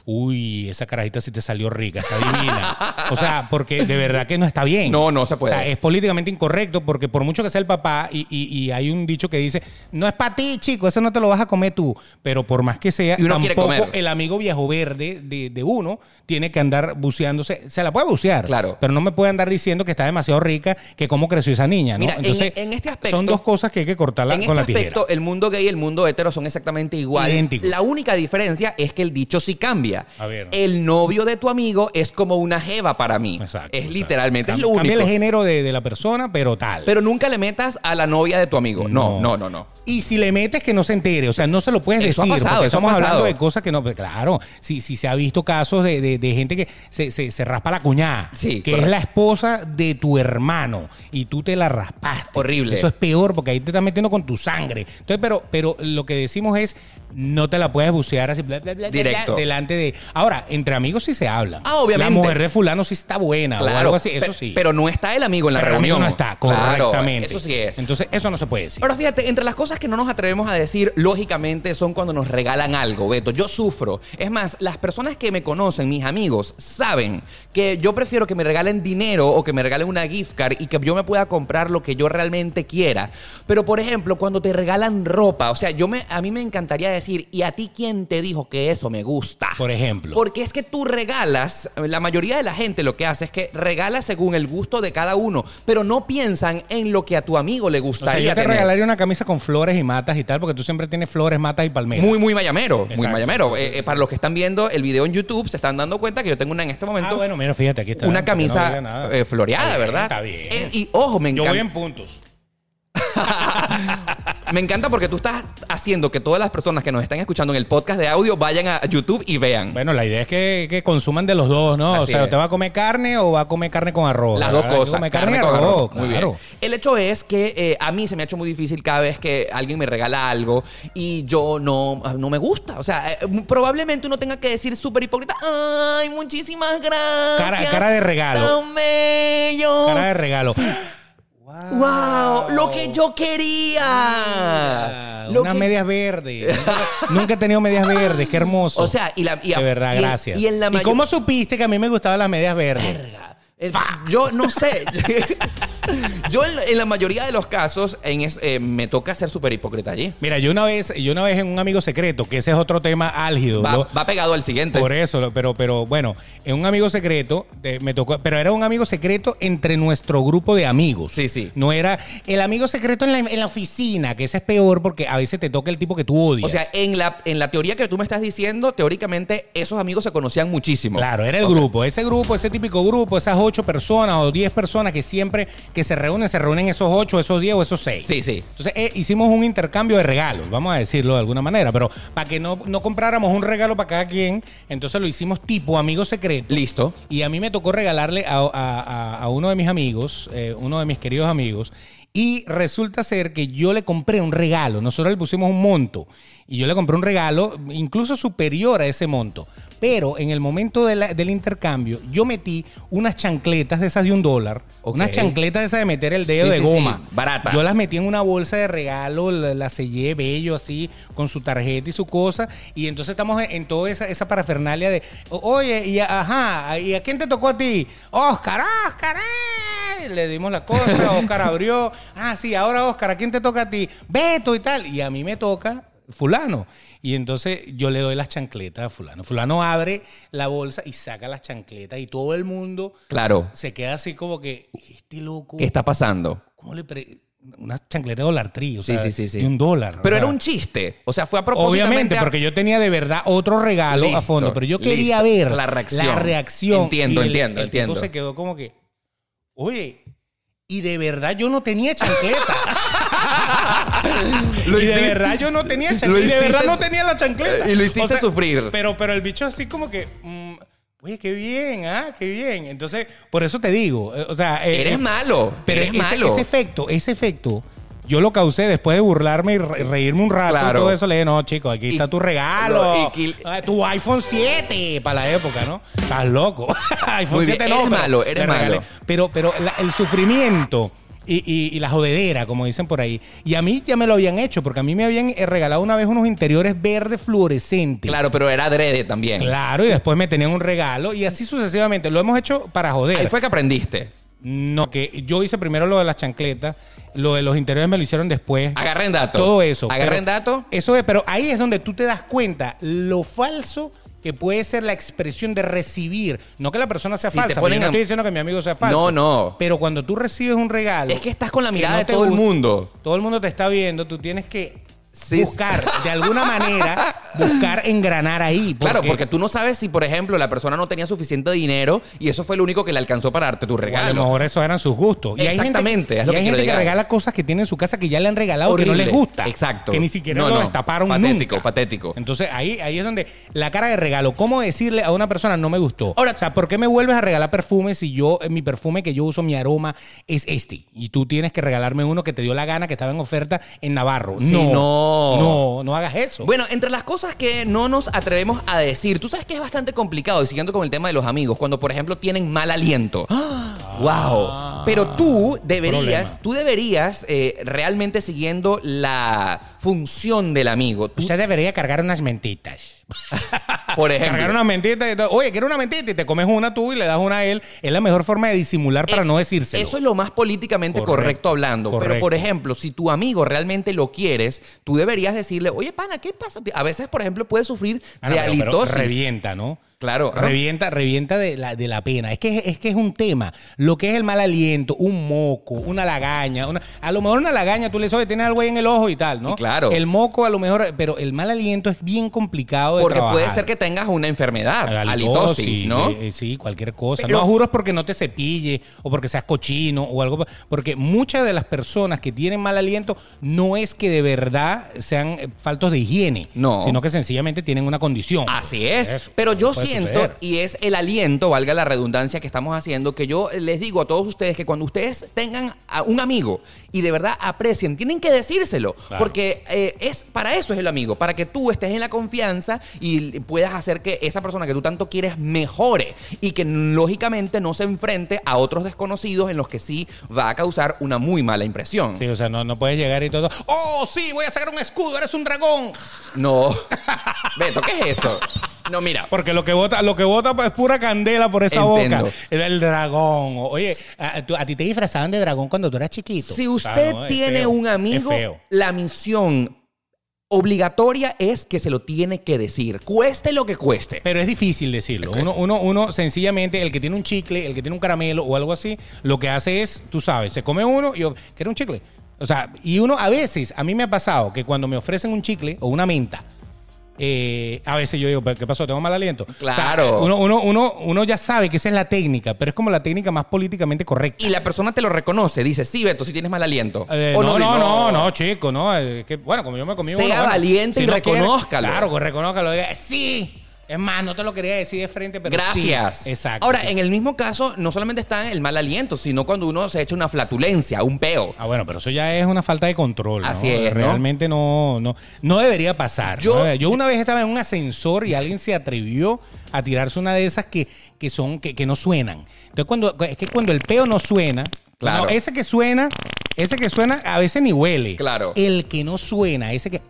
Speaker 2: uy, esa carajita sí te salió rica, está divina. O sea, porque de verdad que no está bien.
Speaker 1: No, no se puede.
Speaker 2: O sea, es políticamente incorrecto porque por mucho que sea el papá, y, y- y hay un dicho que dice, no es para ti, chico, eso no te lo vas a comer tú. Pero por más que sea,
Speaker 1: Y uno quiere
Speaker 2: tampoco
Speaker 1: comer.
Speaker 2: el amigo viejo verde de, de uno tiene que andar buceándose. Se la puede bucear,
Speaker 1: Claro.
Speaker 2: pero no me puede andar diciendo que está demasiado rica, que cómo creció esa niña. ¿no?
Speaker 1: Mira, en- en este aspecto-
Speaker 2: son dos cosas que hay que cortarla
Speaker 1: en este
Speaker 2: con la tijera.
Speaker 1: aspecto, el mundo gay y el mundo hetero son exactamente igual.
Speaker 2: Idénticos.
Speaker 1: La única diferencia es que el dicho sí cambia.
Speaker 2: A ver.
Speaker 1: El novio de tu amigo es como una jeva para mí.
Speaker 2: Exacto,
Speaker 1: es
Speaker 2: exacto.
Speaker 1: literalmente,
Speaker 2: Cam-
Speaker 1: es lo único.
Speaker 2: Cambia el género de, de la persona, pero tal.
Speaker 1: Pero nunca le metas a la novia de tu amigo. No, no, no, no.
Speaker 2: Y si le metes que no se entere, o sea, no se lo puedes
Speaker 1: Eso ha
Speaker 2: decir.
Speaker 1: pasado,
Speaker 2: porque
Speaker 1: eso ha
Speaker 2: estamos hablando
Speaker 1: pasado.
Speaker 2: de cosas que no. pero Claro, si, si se ha visto casos de, de- de gente que se, se- se raspa la cuñada,
Speaker 1: Sí,
Speaker 2: que
Speaker 1: correcto.
Speaker 2: es la esposa de tu hermano, y tú te la raspaste.
Speaker 1: Horrible.
Speaker 2: Eso es peor porque ahí te estás metiendo con tu sangre. Entonces, pero, pero lo que decimos es, no te la puedes bucear así, bla, bla, bla, bla,
Speaker 1: Directo.
Speaker 2: bla, delante de. Ahora, entre amigos sí se habla.
Speaker 1: Ah, obviamente.
Speaker 2: La mujer de fulano sí está buena, o algo así,
Speaker 1: pe-
Speaker 2: eso sí.
Speaker 1: Pero no está el amigo en la
Speaker 2: Pero el amigo
Speaker 1: reunión.
Speaker 2: no está,
Speaker 1: Claro,
Speaker 2: correctamente.
Speaker 1: eso sí es.
Speaker 2: Entonces, eso no se puede decir.
Speaker 1: Ahora fíjate, entre las cosas que no nos atrevemos a decir, lógicamente, son cuando nos regalan algo, Beto. Yo sufro. Es más, las personas que me conocen, mis amigos, saben que yo prefiero que me regalen dinero o que me regalen una gift card y que yo me pueda comprar lo que yo realmente quiera. Pero, por ejemplo, cuando te regalan ropa, o sea, yo me, a mí me encantaría decir, ¿y a ti quién te dijo que eso me gusta?
Speaker 2: Por ejemplo.
Speaker 1: Porque es que tú regalas, la mayoría de la gente lo que hace es que regala según el gusto de cada uno, pero no piensan en lo que a tu amigo le
Speaker 2: O sea,
Speaker 1: gustaría
Speaker 2: yo te
Speaker 1: tener.
Speaker 2: regalaría una camisa con flores y matas y tal, porque tú siempre tienes flores, matas y palmeras.
Speaker 1: Muy, muy mayamero. Muy
Speaker 2: Exacto.
Speaker 1: mayamero. Eh, eh, para los que están viendo el video en YouTube, se están dando cuenta que yo tengo una en este momento.
Speaker 2: ah, bueno, mira, fíjate, aquí está.
Speaker 1: una
Speaker 2: porque no
Speaker 1: camisa
Speaker 2: diga nada.
Speaker 1: eh, floreada,
Speaker 2: Está bien,
Speaker 1: ¿verdad?
Speaker 2: Está bien.
Speaker 1: Eh, y ojo, me
Speaker 2: yo
Speaker 1: encanta.
Speaker 2: voy en puntos.
Speaker 1: Me encanta porque tú estás haciendo que todas las personas que nos están escuchando en el podcast de audio vayan a YouTube y vean.
Speaker 2: Bueno, la idea es que, que consuman de los dos, ¿no? o
Speaker 1: Así
Speaker 2: sea,
Speaker 1: es.
Speaker 2: ¿te va a comer carne o va a comer carne con arroz?
Speaker 1: Las dos
Speaker 2: ¿Verdad?
Speaker 1: cosas.
Speaker 2: Come carne, y
Speaker 1: con
Speaker 2: arroz,
Speaker 1: arroz. Muy
Speaker 2: claro.
Speaker 1: bien. El hecho es que eh, a mí se me ha hecho muy difícil cada vez que alguien me regala algo y yo no, no me gusta. O sea, eh, probablemente uno tenga que decir súper hipócrita, ay, muchísimas gracias.
Speaker 2: Cara- cara de regalo.
Speaker 1: Tan bello.
Speaker 2: Cara de regalo.
Speaker 1: Wow, lo que yo quería.
Speaker 2: Ah,
Speaker 1: Lo
Speaker 2: unas
Speaker 1: que-
Speaker 2: medias verdes. Nunca, nunca he tenido medias verdes, qué hermoso.
Speaker 1: O sea, y la- y a-
Speaker 2: de verdad,
Speaker 1: y en-
Speaker 2: gracias.
Speaker 1: y en la mayor-
Speaker 2: cómo supiste que a mí me gustaban las medias verdes?
Speaker 1: Eh, Yo no sé. yo en, en la mayoría de los casos en es- eh, me toca ser súper hipócrita allí.
Speaker 2: Mira, yo una vez, yo una vez en un amigo secreto, que ese es otro tema álgido.
Speaker 1: Va,
Speaker 2: lo-
Speaker 1: va pegado al siguiente.
Speaker 2: Por eso, lo- pero, pero bueno, en un amigo secreto, eh, me tocó, pero era un amigo secreto entre nuestro grupo de amigos.
Speaker 1: Sí, sí.
Speaker 2: No era el amigo secreto en la, en la oficina, que ese es peor porque a veces te toca el tipo que tú odias.
Speaker 1: O sea, en la, en la teoría que tú me estás diciendo, teóricamente esos amigos se conocían muchísimo.
Speaker 2: Claro, era el
Speaker 1: Ok.
Speaker 2: grupo, ese grupo, ese típico grupo, esas ocho personas o diez personas que siempre que se reúnen, se reúnen esos ocho, esos diez o esos seis.
Speaker 1: Sí, sí.
Speaker 2: Entonces eh, hicimos un intercambio de regalos, vamos a decirlo de alguna manera, pero para que no, no compráramos un regalo para cada quien, entonces lo hicimos tipo amigo secreto.
Speaker 1: Listo.
Speaker 2: Y a mí me tocó regalarle a, a- a- a uno de mis amigos, eh, uno de mis queridos amigos, y resulta ser que yo le compré un regalo. Nosotros le pusimos un monto y yo le compré un regalo incluso superior a ese monto. Pero en el momento de la- del intercambio, yo metí unas chancletas de esas de un dólar,
Speaker 1: Ok.
Speaker 2: unas chancletas de esas de meter el dedo
Speaker 1: Sí,
Speaker 2: de
Speaker 1: sí,
Speaker 2: goma.
Speaker 1: sí, baratas.
Speaker 2: Yo las metí en una bolsa de regalo, la, la sellé bello así, con su tarjeta y su cosa. Y entonces estamos en, en toda esa, esa parafernalia de, "O- oye, y a- ajá, ¿y a quién te tocó a ti? Oscar, Oscar, ¡ay!". le dimos la cosa, Oscar abrió, ah, sí, ahora Oscar, ¿a quién te toca a ti? Beto y tal. Y a mí me toca fulano. Y entonces yo le doy las chancletas a fulano. Fulano abre la bolsa y saca las chancletas y todo el mundo
Speaker 1: Claro.
Speaker 2: se queda así como que, este loco.
Speaker 1: ¿Qué está pasando?
Speaker 2: ¿Cómo le pre... Una chancleta de dólar tri, o
Speaker 1: Sí,
Speaker 2: sea,
Speaker 1: sí, sí, sí.
Speaker 2: de un dólar.
Speaker 1: Pero
Speaker 2: o
Speaker 1: era
Speaker 2: sea,
Speaker 1: un chiste. O sea, fue a propósito.
Speaker 2: Obviamente, porque yo tenía de verdad otro regalo
Speaker 1: Listo,
Speaker 2: a fondo, pero yo quería
Speaker 1: listo.
Speaker 2: ver
Speaker 1: La reacción.
Speaker 2: la reacción.
Speaker 1: Entiendo,
Speaker 2: Y el-
Speaker 1: entiendo,
Speaker 2: el tipo
Speaker 1: entiendo.
Speaker 2: se quedó como que, oye, y de verdad yo no tenía chancleta.
Speaker 1: ah,
Speaker 2: y de verdad yo no tenía
Speaker 1: lo
Speaker 2: chancleta. Y de verdad
Speaker 1: hiciste
Speaker 2: no
Speaker 1: su-
Speaker 2: tenía la chancleta.
Speaker 1: Y lo hiciste sufrir.
Speaker 2: Pero, pero el bicho así como que... mm, Oye, qué bien, ah, qué bien. Entonces, por eso te digo, eh, o sea, eh,
Speaker 1: Eres
Speaker 2: eh,
Speaker 1: malo.
Speaker 2: pero
Speaker 1: eres
Speaker 2: ese,
Speaker 1: malo.
Speaker 2: ese efecto, ese efecto, yo lo causé después de burlarme y re- reírme un rato
Speaker 1: Eh, Claro.
Speaker 2: y todo eso. Le dije, no, chicos, aquí
Speaker 1: Y-
Speaker 2: está tu regalo.
Speaker 1: y- y-
Speaker 2: Ah, tu iPhone 7 para la época, ¿no? Estás loco. iPhone
Speaker 1: Muy bien,
Speaker 2: 7 no.
Speaker 1: eres
Speaker 2: pero
Speaker 1: malo,
Speaker 2: le
Speaker 1: eres malo.
Speaker 2: regalé. Pero, pero la- el sufrimiento y, y- y la jodedera, como dicen por ahí. Y a mí ya me lo habían hecho, porque a mí me habían eh, regalado una vez unos interiores verdes fluorescentes.
Speaker 1: Claro, pero era adrede también.
Speaker 2: Claro, y después me tenían un regalo y así sucesivamente. Lo hemos hecho para joder.
Speaker 1: Ahí fue que aprendiste.
Speaker 2: No, que yo hice primero lo de las chancletas, lo de los interiores me lo hicieron después.
Speaker 1: Agarren dato.
Speaker 2: Todo eso.
Speaker 1: Agarren
Speaker 2: pero-
Speaker 1: dato.
Speaker 2: Eso es, pero ahí es donde tú te das cuenta lo falso que puede ser la expresión de recibir. No que la persona sea
Speaker 1: Si te
Speaker 2: falsa. porque
Speaker 1: ponen
Speaker 2: yo no
Speaker 1: a-
Speaker 2: estoy diciendo que mi amigo sea
Speaker 1: No,
Speaker 2: falso.
Speaker 1: no.
Speaker 2: Pero cuando tú recibes un regalo.
Speaker 1: Es que estás con la
Speaker 2: que
Speaker 1: mirada
Speaker 2: no
Speaker 1: de
Speaker 2: te
Speaker 1: todo el
Speaker 2: gusta,
Speaker 1: mundo.
Speaker 2: Todo el mundo te está viendo, tú tienes que.
Speaker 1: Sí.
Speaker 2: buscar de alguna manera buscar engranar ahí
Speaker 1: Claro, porque tú no sabes si, por ejemplo, la persona no tenía suficiente dinero y eso fue lo único que le alcanzó para darte tu
Speaker 2: O A lo
Speaker 1: regalo.
Speaker 2: mejor esos eran sus gustos. Y hay gente-
Speaker 1: Exactamente, es
Speaker 2: y
Speaker 1: lo
Speaker 2: hay
Speaker 1: que
Speaker 2: gente
Speaker 1: quiero
Speaker 2: que
Speaker 1: llegar.
Speaker 2: regala cosas que tiene en su casa que ya le han regalado que no
Speaker 1: Horrible.
Speaker 2: les gusta.
Speaker 1: Exacto.
Speaker 2: Que ni siquiera
Speaker 1: No,
Speaker 2: lo
Speaker 1: no.
Speaker 2: destaparon
Speaker 1: Patético,
Speaker 2: nunca.
Speaker 1: patético.
Speaker 2: Entonces ahí, ahí es donde la cara de regalo. ¿Cómo decirle a una persona no me gustó?
Speaker 1: Ahora-
Speaker 2: o sea, ¿por qué me vuelves a regalar perfume si yo, eh, mi perfume que yo uso, mi aroma es este? Y tú tienes que regalarme uno que te dio la gana, que estaba en oferta en Navarro.
Speaker 1: Sí,
Speaker 2: no.
Speaker 1: no.
Speaker 2: No, no hagas eso.
Speaker 1: Bueno, entre las cosas que no nos atrevemos a decir, tú sabes que es bastante complicado, y siguiendo con el tema de los amigos, cuando por ejemplo tienen mal aliento. ¡Wow! Pero tú deberías,
Speaker 2: Ah, problema.
Speaker 1: tú deberías eh, realmente siguiendo la función del amigo. Tú,
Speaker 2: Usted debería cargar unas mentitas.
Speaker 1: por ejemplo.
Speaker 2: Cargar una mentita y todo. Oye, quiero una mentita y te comes una tú y le das una a él. Es la mejor forma de disimular para
Speaker 1: Eh,
Speaker 2: no decírselo.
Speaker 1: Eso es lo más políticamente correcto,
Speaker 2: Correcto,
Speaker 1: hablando. Pero, por
Speaker 2: correcto.
Speaker 1: ejemplo, si tu amigo realmente lo quieres, tú deberías decirle, oye, pana, ¿qué pasa? A veces, por ejemplo, puede sufrir
Speaker 2: Ah, no,
Speaker 1: de
Speaker 2: pero- pero
Speaker 1: halitosis.
Speaker 2: revienta, ¿no?
Speaker 1: Claro. ah.
Speaker 2: Revienta, revienta de la, de la pena. Es que es, que es un tema. Lo que es el mal aliento, un moco, una lagaña. Una, a lo mejor una lagaña, tú le dices, oye, tienes algo ahí en el ojo y tal, ¿no?
Speaker 1: Y claro.
Speaker 2: El moco, a lo mejor, pero el mal aliento es bien complicado de
Speaker 1: Porque puede
Speaker 2: trabajar.
Speaker 1: ser que tengas una enfermedad,
Speaker 2: Halitosis,
Speaker 1: halitosis, ¿no?
Speaker 2: eh, eh, sí, cualquier cosa.
Speaker 1: Pero-
Speaker 2: no juro es porque no te cepille o porque seas cochino o algo. Porque muchas de las personas que tienen mal aliento no es que de verdad sean eh, faltos de higiene,
Speaker 1: No. Ah,
Speaker 2: sino que sencillamente tienen una condición.
Speaker 1: Así es.
Speaker 2: Eso,
Speaker 1: Pero yo
Speaker 2: puede
Speaker 1: siento,
Speaker 2: suceder.
Speaker 1: y es el aliento, valga la redundancia que estamos haciendo, que yo les digo a todos ustedes que cuando ustedes tengan a un amigo y de verdad aprecien, tienen que decírselo.
Speaker 2: Claro.
Speaker 1: Porque eh, es para eso es el amigo, para que tú estés en la confianza y puedas hacer que esa persona que tú tanto quieres mejore y que lógicamente no se enfrente a otros desconocidos en los que sí va a causar una muy mala impresión.
Speaker 2: Sí, o sea, no, no puedes llegar y todo. ¡Oh, sí! Voy a sacar un escudo, eres un dragón.
Speaker 1: No. Beto, ¿qué es eso? No, mira.
Speaker 2: Porque lo que vota, lo que vota es pura candela por esa
Speaker 1: Entiendo.
Speaker 2: boca. El, el dragón. Oye, a, tú- a ti te disfrazaban de dragón cuando tú eras chiquito.
Speaker 1: Si
Speaker 2: O sea,
Speaker 1: usted
Speaker 2: no, es
Speaker 1: tiene
Speaker 2: feo,
Speaker 1: un
Speaker 2: es
Speaker 1: amigo,
Speaker 2: feo.
Speaker 1: la misión obligatoria es que se lo tiene que decir, cueste lo que cueste.
Speaker 2: Pero es difícil decirlo. Uno, uno, uno sencillamente, el que tiene un chicle, el que tiene un caramelo o algo así, lo que hace es, tú sabes, se come uno y quiere un chicle. O sea, y uno a veces, a mí me ha pasado que cuando me ofrecen un chicle o una menta, eh, a veces yo digo, "¿Pero ¿qué pasó? ¿Tengo mal aliento? O sea,
Speaker 1: Claro.
Speaker 2: uno, uno, uno, uno ya sabe que esa es la técnica, pero es como la técnica más políticamente correcta.
Speaker 1: Y la persona te lo reconoce, dice, sí, Beto, si tienes mal aliento.
Speaker 2: Eh,
Speaker 1: O
Speaker 2: no,
Speaker 1: di-
Speaker 2: no, no, no, chico, no. eh, que, bueno, como yo me comí
Speaker 1: Sea
Speaker 2: uno, bueno,
Speaker 1: valiente y
Speaker 2: no quiere-
Speaker 1: reconózcalo.
Speaker 2: claro, que reconózcalo. Diga, sí. Es más, no te lo quería decir de frente, pero
Speaker 1: Gracias.
Speaker 2: sí. Exacto.
Speaker 1: Ahora, en el mismo caso, no solamente está el mal aliento, sino cuando uno se echa una flatulencia, un peo.
Speaker 2: Ah, bueno, pero eso ya es una falta de control. ¿no?
Speaker 1: Así es, ¿no?
Speaker 2: Realmente no, no, no debería pasar.
Speaker 1: Yo-
Speaker 2: ¿no? yo una vez estaba en un ascensor y alguien se atrevió a tirarse una de esas que, que son, que, que no suenan. Entonces, cuando, es que cuando el peo no suena,
Speaker 1: Claro.
Speaker 2: no, ese que suena, ese que suena a veces ni huele.
Speaker 1: Claro.
Speaker 2: El que no suena, ese que.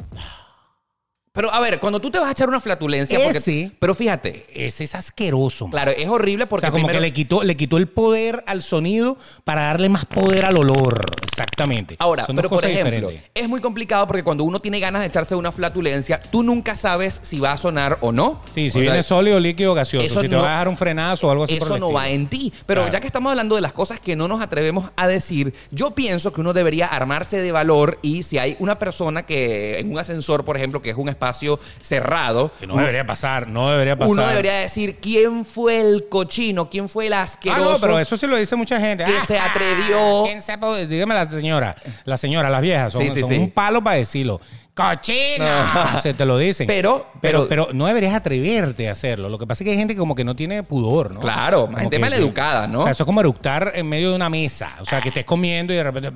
Speaker 1: Pero a ver, cuando tú te vas a echar una
Speaker 2: Eh,
Speaker 1: flatulencia, porque-
Speaker 2: Ese-
Speaker 1: pero fíjate,
Speaker 2: Ese es asqueroso. man.
Speaker 1: claro, es horrible
Speaker 2: O
Speaker 1: porque
Speaker 2: sea, como
Speaker 1: primero-
Speaker 2: que le quitó, le quitó el poder al sonido para darle más poder al olor. Exactamente.
Speaker 1: Ahora,
Speaker 2: Son dos
Speaker 1: pero por
Speaker 2: cosas
Speaker 1: ejemplo,
Speaker 2: diferentes.
Speaker 1: es muy complicado porque cuando uno tiene ganas de echarse una flatulencia, tú nunca sabes si va a sonar o no.
Speaker 2: Sí,
Speaker 1: O
Speaker 2: si
Speaker 1: sea,
Speaker 2: viene sólido, líquido, gaseoso.
Speaker 1: eso
Speaker 2: si te
Speaker 1: no-
Speaker 2: va a dejar un frenazo o algo así. por
Speaker 1: Eso
Speaker 2: el
Speaker 1: no va
Speaker 2: estilo.
Speaker 1: en ti. Pero
Speaker 2: Claro.
Speaker 1: ya que estamos hablando de las cosas que no nos atrevemos a decir, yo pienso que uno debería armarse de valor y si hay una persona que en un ascensor, por ejemplo, que es un espacio cerrado,
Speaker 2: Que no debería pasar, no debería pasar.
Speaker 1: uno debería decir quién fue el cochino, quién fue el
Speaker 2: Ah,
Speaker 1: asqueroso.
Speaker 2: no, pero eso sí lo dice mucha gente.
Speaker 1: que
Speaker 2: Ah,
Speaker 1: se atrevió.
Speaker 2: ¿Quién se apo- Dígame la señora, la señora, las viejas, son,
Speaker 1: Sí, sí,
Speaker 2: son
Speaker 1: sí.
Speaker 2: un palo para decirlo. ¡Cochina! Se te lo dicen.
Speaker 1: Pero-
Speaker 2: pero,
Speaker 1: pero-
Speaker 2: pero no deberías atreverte a hacerlo. Lo que pasa es que hay gente que como que no tiene pudor, ¿no?
Speaker 1: Claro,
Speaker 2: Como
Speaker 1: gente
Speaker 2: que-
Speaker 1: maleducada, ¿no?
Speaker 2: O sea, eso es como eructar en medio de una mesa. O sea, que estés comiendo y de repente.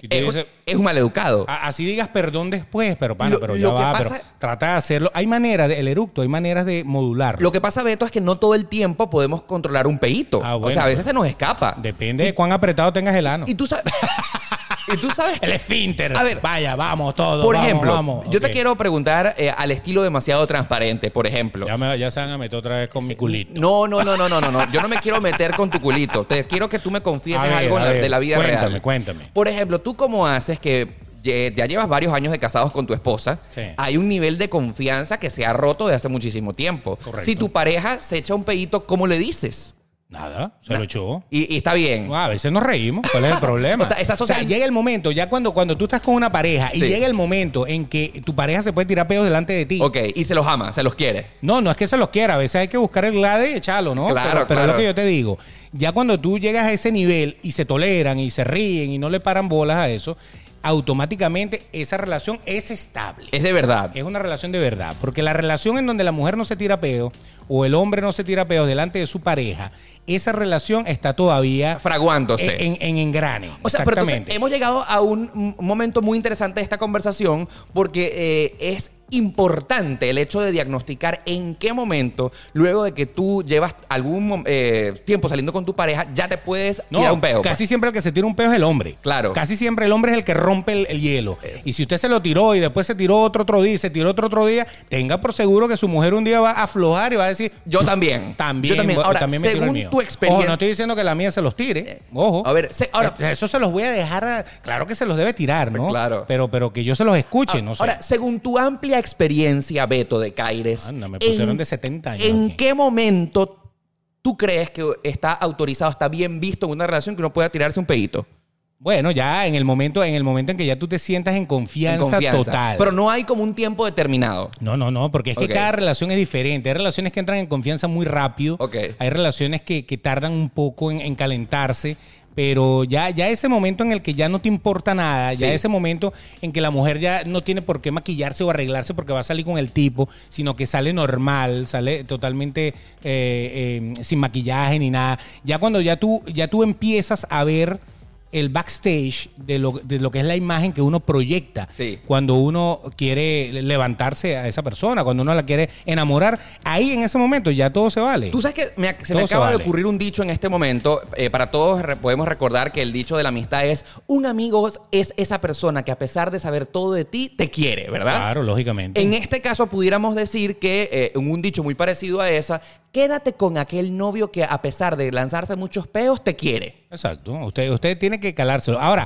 Speaker 2: Y tú
Speaker 1: Es,
Speaker 2: dices,
Speaker 1: es un maleducado.
Speaker 2: A- Así digas perdón después, pero pana,
Speaker 1: Lo-
Speaker 2: pero
Speaker 1: lo
Speaker 2: ya
Speaker 1: que
Speaker 2: va,
Speaker 1: pasa-
Speaker 2: pero trata de hacerlo. Hay maneras, de- el eructo, hay maneras de modular.
Speaker 1: Lo que pasa, Beto, es que no todo el tiempo podemos controlar un peito.
Speaker 2: Ah,
Speaker 1: o
Speaker 2: bueno,
Speaker 1: sea, a veces
Speaker 2: pues.
Speaker 1: se nos escapa.
Speaker 2: Depende de cuán apretado tengas el ano.
Speaker 1: Y tú sabes. y tú sabes.
Speaker 2: El esfínter.
Speaker 1: A ver,
Speaker 2: Vaya, vamos, todo.
Speaker 1: Por
Speaker 2: vamos,
Speaker 1: ejemplo,
Speaker 2: vamos.
Speaker 1: yo te
Speaker 2: Ok.
Speaker 1: quiero preguntar eh, al estilo demasiado transparente, por ejemplo.
Speaker 2: Ya, me- ya se van a meter otra vez con mi culito.
Speaker 1: No, no, no, no, no, no, no. Yo no me quiero meter con tu culito. Te quiero que tú me confieses
Speaker 2: A ver,
Speaker 1: algo en
Speaker 2: a
Speaker 1: la-
Speaker 2: ver,
Speaker 1: de la vida
Speaker 2: cuéntame,
Speaker 1: real.
Speaker 2: cuéntame.
Speaker 1: Por ejemplo, ¿tú cómo haces que ye- ya llevas varios años de casados con tu esposa?
Speaker 2: Sí.
Speaker 1: Hay un nivel de confianza que se ha roto de hace muchísimo tiempo.
Speaker 2: Correcto.
Speaker 1: Si tu pareja se echa un pedito, ¿cómo le dices?
Speaker 2: Nada, se lo echó.
Speaker 1: Y, y está bien.
Speaker 2: Ah, A veces nos reímos. ¿Cuál es el problema?
Speaker 1: O sea, esa
Speaker 2: O sea,
Speaker 1: social-
Speaker 2: llega el momento, ya cuando, cuando tú estás con una pareja y
Speaker 1: Sí.
Speaker 2: llega el momento en que tu pareja se puede tirar pedos delante de ti.
Speaker 1: Ok, y se los ama, se los quiere.
Speaker 2: No, no es que se los quiera. A veces hay que buscar el glade y echarlo, ¿no?
Speaker 1: Claro,
Speaker 2: pero, pero es
Speaker 1: claro.
Speaker 2: lo que yo te digo. Ya cuando tú llegas a ese nivel y se toleran y se ríen y no le paran bolas a eso, automáticamente esa relación es estable.
Speaker 1: Es de verdad.
Speaker 2: Es una relación de verdad. Porque la relación en donde la mujer no se tira peo o el hombre no se tira peo delante de su pareja, esa relación está todavía
Speaker 1: Fraguándose.
Speaker 2: en, en engrane.
Speaker 1: O sea, pero entonces hemos llegado a un un momento muy interesante de esta conversación porque eh, es importante el hecho de diagnosticar en qué momento, luego de que tú llevas algún mom- eh, tiempo saliendo con tu pareja, ya te puedes
Speaker 2: No,
Speaker 1: tirar un pues. peo.
Speaker 2: casi siempre el que se tira un peo es el hombre.
Speaker 1: Claro. Eh.
Speaker 2: Casi siempre el hombre es el que rompe el, el hielo. Y si usted se lo tiró y después se tiró otro otro día y se tiró otro otro día, tenga por seguro que su mujer un día va a aflojar y va a decir,
Speaker 1: Yo también.
Speaker 2: también,
Speaker 1: Yo también.
Speaker 2: voy-
Speaker 1: Ahora,
Speaker 2: también me tiro el
Speaker 1: según
Speaker 2: mío".
Speaker 1: tu experiencia- Eh,
Speaker 2: Ojo, no estoy diciendo que la mía se los tire. Ojo.
Speaker 1: A ver, se- ahora-
Speaker 2: Eso se los voy a dejar a- Claro que se los debe tirar, ¿no?
Speaker 1: Claro.
Speaker 2: Pero, pero que yo se los escuche,
Speaker 1: Ah,
Speaker 2: no sé.
Speaker 1: Ahora, según tu amplia experiencia, Beto de Caires.
Speaker 2: Anda, me pusieron de 70 años
Speaker 1: ¿En
Speaker 2: aquí.
Speaker 1: qué momento tú crees que está autorizado, está bien visto en una relación que uno pueda tirarse un pedito?
Speaker 2: Bueno, ya en el momento, en el momento en que ya tú te sientas en confianza,
Speaker 1: En confianza.
Speaker 2: total.
Speaker 1: Pero no hay como un tiempo determinado.
Speaker 2: No, no, no, porque es
Speaker 1: Ok.
Speaker 2: que cada relación es diferente. Hay relaciones que entran en confianza muy rápido.
Speaker 1: Ok.
Speaker 2: Hay relaciones que, que tardan un poco en, en calentarse. Pero ya, ya ese momento en el que ya no te importa nada, ya
Speaker 1: Sí.
Speaker 2: ese momento en que la mujer ya no tiene por qué maquillarse o arreglarse porque va a salir con el tipo, sino que sale normal, sale totalmente eh, eh, sin maquillaje ni nada. Ya cuando ya tú, ya tú empiezas a ver el backstage de lo, de lo que es la imagen que uno proyecta
Speaker 1: Sí.
Speaker 2: cuando uno quiere levantarse a esa persona, cuando uno la quiere enamorar, ahí en ese momento ya todo se vale.
Speaker 1: Tú sabes que me ac- se me
Speaker 2: Todo se
Speaker 1: acaba de
Speaker 2: vale.
Speaker 1: ocurrir un dicho en este momento. eh, para todos re- podemos recordar que el dicho de la amistad es: un amigo es esa persona que, a pesar de saber todo de ti, te quiere, ¿verdad?
Speaker 2: Claro, lógicamente.
Speaker 1: En este caso, pudiéramos decir que eh, un dicho muy parecido a esa: quédate con aquel novio que, a pesar de lanzarse muchos peos, te quiere.
Speaker 2: Exacto. Usted, usted tiene que calárselo. Ahora,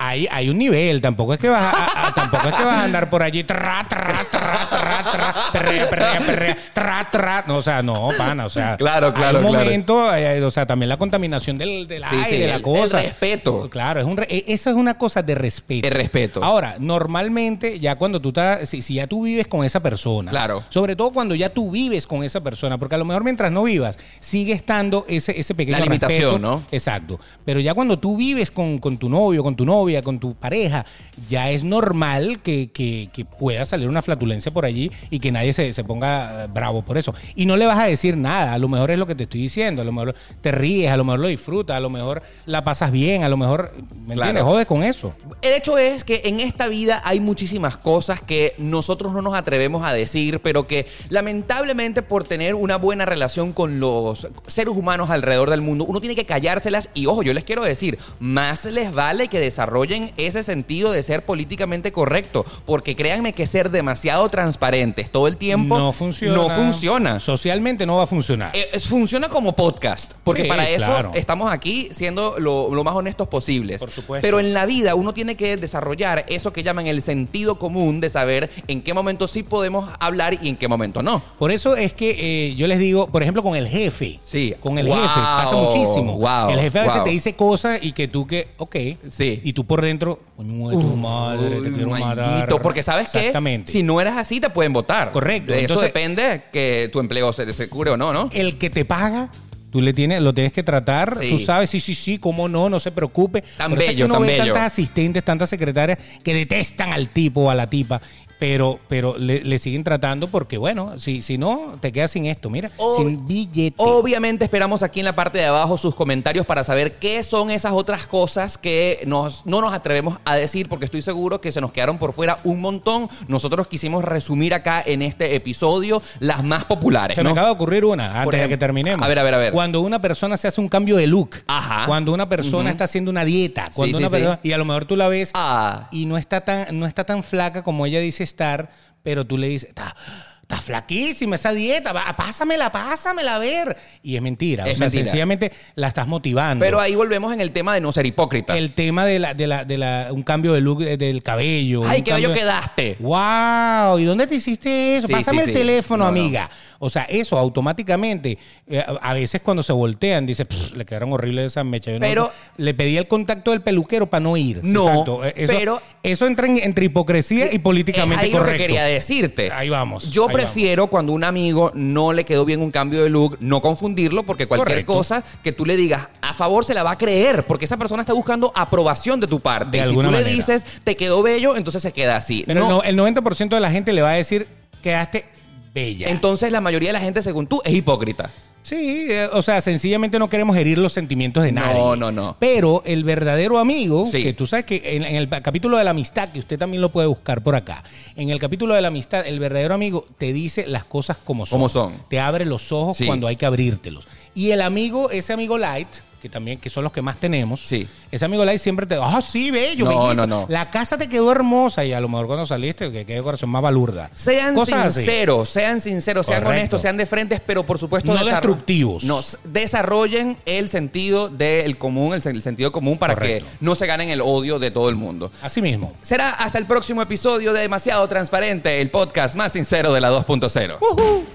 Speaker 2: hay, hay un nivel, tampoco es que vas a, a- tampoco es que vas a andar por allí tra, tra, tra, tra, tra, perrea, perrea, perrea, tra, tra. No, o sea, no, pana. O sea,
Speaker 1: Claro, claro,
Speaker 2: hay un
Speaker 1: claro.
Speaker 2: momento, eh, o sea, también la contaminación del, del
Speaker 1: Sí,
Speaker 2: aire,
Speaker 1: sí,
Speaker 2: de la
Speaker 1: el-
Speaker 2: cosa.
Speaker 1: el respeto.
Speaker 2: Claro, es un re- eh, eso es una cosa de respeto.
Speaker 1: De respeto.
Speaker 2: Ahora, normalmente, ya cuando tú estás, si, si ya tú vives con esa persona,
Speaker 1: Claro.
Speaker 2: sobre todo cuando ya tú vives con esa persona, porque a lo mejor mientras no vivas, sigue estando ese, ese pequeño
Speaker 1: La limitación,
Speaker 2: respeto.
Speaker 1: ¿no?
Speaker 2: Exacto. Pero ya cuando tú vives con, con tu novio, con tu novia, con tu pareja, ya es normal que, que- que pueda salir una flatulencia por allí y que nadie se, se ponga eh, bravo por eso. Y no le vas a decir nada. A lo mejor es lo que te estoy diciendo. A lo mejor te ríes, a lo mejor lo disfrutas, a lo mejor la pasas bien, a lo mejor, ¿me
Speaker 1: Claro.
Speaker 2: entiendes? Jodes con eso.
Speaker 1: El hecho es que en esta vida hay muchísimas cosas que nosotros no nos atrevemos a decir, pero que lamentablemente por tener una buena relación con los seres humanos alrededor del mundo, uno tiene que callárselas y ojo, yo les quiero decir, más les vale que desarrollen ese sentido de ser políticamente correcto, porque créanme que ser demasiado transparentes todo el tiempo
Speaker 2: no funciona.
Speaker 1: no funciona.
Speaker 2: Socialmente no va a funcionar.
Speaker 1: Eh, es- funciona como podcast, porque
Speaker 2: Sí,
Speaker 1: para eso
Speaker 2: claro.
Speaker 1: estamos aquí siendo lo, lo más honestos posibles.
Speaker 2: Por supuesto.
Speaker 1: Pero en la vida uno tiene que desarrollar eso que llaman el sentido común de saber en qué momento sí podemos hablar y en qué momento no.
Speaker 2: Por eso es que eh, yo les digo, por ejemplo, con el jefe.
Speaker 1: Sí.
Speaker 2: Con el
Speaker 1: Wow,
Speaker 2: jefe. Pasa muchísimo.
Speaker 1: wow,
Speaker 2: el jefe a veces
Speaker 1: wow.
Speaker 2: te dice cosas y que tú que, ok.
Speaker 1: Sí.
Speaker 2: Y tú por dentro, coño, de tu madre, te
Speaker 1: Uy,
Speaker 2: quiero
Speaker 1: maldito,
Speaker 2: matar.
Speaker 1: porque sabes que
Speaker 2: Exactamente.
Speaker 1: si no eras así te pueden votar.
Speaker 2: Correcto,
Speaker 1: De eso
Speaker 2: entonces-
Speaker 1: depende que tu empleo se, se cure o no, ¿no?
Speaker 2: el que te paga. Tú le tienes, lo tienes que tratar,
Speaker 1: Sí.
Speaker 2: tú sabes, sí, sí, sí, cómo no, no se preocupe.
Speaker 1: Tan
Speaker 2: Por eso es
Speaker 1: bello,
Speaker 2: que uno
Speaker 1: tan
Speaker 2: ve
Speaker 1: bello.
Speaker 2: tantas asistentes, tantas secretarias que detestan al tipo o a la tipa. pero, pero le, le siguen tratando porque, bueno, si, si no, te quedas sin esto, mira,
Speaker 1: Ob-
Speaker 2: sin billete.
Speaker 1: Obviamente esperamos aquí en la parte de abajo sus comentarios para saber qué son esas otras cosas que nos- no nos atrevemos a decir porque estoy seguro que se nos quedaron por fuera un montón. Nosotros quisimos resumir acá en este episodio las más populares.
Speaker 2: Se
Speaker 1: ¿no?
Speaker 2: me acaba de ocurrir una antes
Speaker 1: Por
Speaker 2: de
Speaker 1: ejemplo,
Speaker 2: que terminemos.
Speaker 1: a ver, a ver, a ver.
Speaker 2: Cuando una persona se hace un cambio de look,
Speaker 1: Ajá.
Speaker 2: cuando una persona está haciendo una dieta, cuando
Speaker 1: sí,
Speaker 2: una
Speaker 1: sí.
Speaker 2: persona- y a lo mejor tú la ves
Speaker 1: Ah.
Speaker 2: y no está tan no está tan flaca como ella dice estar, pero tú le dices, está está flaquísima esa dieta, va, pásamela, pásamela a ver." Y es mentira,
Speaker 1: Es
Speaker 2: o sea,
Speaker 1: mentira.
Speaker 2: sencillamente la estás motivando.
Speaker 1: Pero ahí volvemos en el tema de no ser hipócrita.
Speaker 2: el tema de la, de la, de la- un cambio de look eh, del cabello.
Speaker 1: Ay,
Speaker 2: un
Speaker 1: qué bello
Speaker 2: cambio de-
Speaker 1: quedaste.
Speaker 2: ¡Wow! ¿Y dónde te hiciste eso?
Speaker 1: Sí,
Speaker 2: Pásame
Speaker 1: sí,
Speaker 2: el
Speaker 1: sí.
Speaker 2: teléfono,
Speaker 1: No,
Speaker 2: amiga. O sea, eso automáticamente, eh, a a veces cuando se voltean, dice, "Pff, le quedaron horribles esas mechas. Yo no-
Speaker 1: Pero-
Speaker 2: le pedí el contacto del peluquero para no ir.
Speaker 1: No,
Speaker 2: Eh, Eso,
Speaker 1: pero-
Speaker 2: eso entra en- entre hipocresía y políticamente
Speaker 1: Es Eh, ahí
Speaker 2: correcto.
Speaker 1: lo que quería decirte.
Speaker 2: Ahí vamos,
Speaker 1: Yo
Speaker 2: ahí
Speaker 1: prefiero cuando un amigo no le quedó bien un cambio de look, no confundirlo, porque cualquier
Speaker 2: Correcto.
Speaker 1: cosa que tú le digas a favor se la va a creer, porque esa persona está buscando aprobación de tu parte.
Speaker 2: De
Speaker 1: y si tú
Speaker 2: alguna
Speaker 1: le
Speaker 2: manera.
Speaker 1: dices, te quedó bello, entonces se queda así.
Speaker 2: Pero
Speaker 1: No,
Speaker 2: el no- el 90% de la gente le va a decir, quedaste bella.
Speaker 1: Entonces la mayoría de la gente, según tú, es hipócrita.
Speaker 2: Sí, eh, o sea, sencillamente no queremos herir los sentimientos de
Speaker 1: No,
Speaker 2: nadie.
Speaker 1: no, no.
Speaker 2: Pero el verdadero amigo,
Speaker 1: Sí.
Speaker 2: que tú sabes que en, en el pa- capítulo de la amistad, que usted también lo puede buscar por acá, en el capítulo de la amistad, el verdadero amigo te dice las cosas como son.
Speaker 1: Como son.
Speaker 2: Te abre los ojos
Speaker 1: Sí.
Speaker 2: cuando hay que abrírtelos. Y el amigo, ese amigo light, que también que son los que más tenemos,
Speaker 1: Sí.
Speaker 2: ese amigo light siempre te ah, sí, bello,
Speaker 1: No,
Speaker 2: bellísimo.
Speaker 1: no, no.
Speaker 2: La casa te quedó hermosa y a lo mejor cuando saliste, que quedó corazón más balurda.
Speaker 1: Sean
Speaker 2: Cosas así.
Speaker 1: sinceros, sean sinceros, sean
Speaker 2: Correcto.
Speaker 1: honestos, sean de frentes, pero por supuesto
Speaker 2: No
Speaker 1: desarro-
Speaker 2: destructivos.
Speaker 1: No, s- desarrollen el sentido del común, el, sen- el sentido común para
Speaker 2: Correcto.
Speaker 1: que no se ganen el odio de todo el mundo.
Speaker 2: Así mismo.
Speaker 1: Será hasta el próximo episodio de Demasiado Transparente, el podcast más sincero de la 2.0.
Speaker 2: Ujú.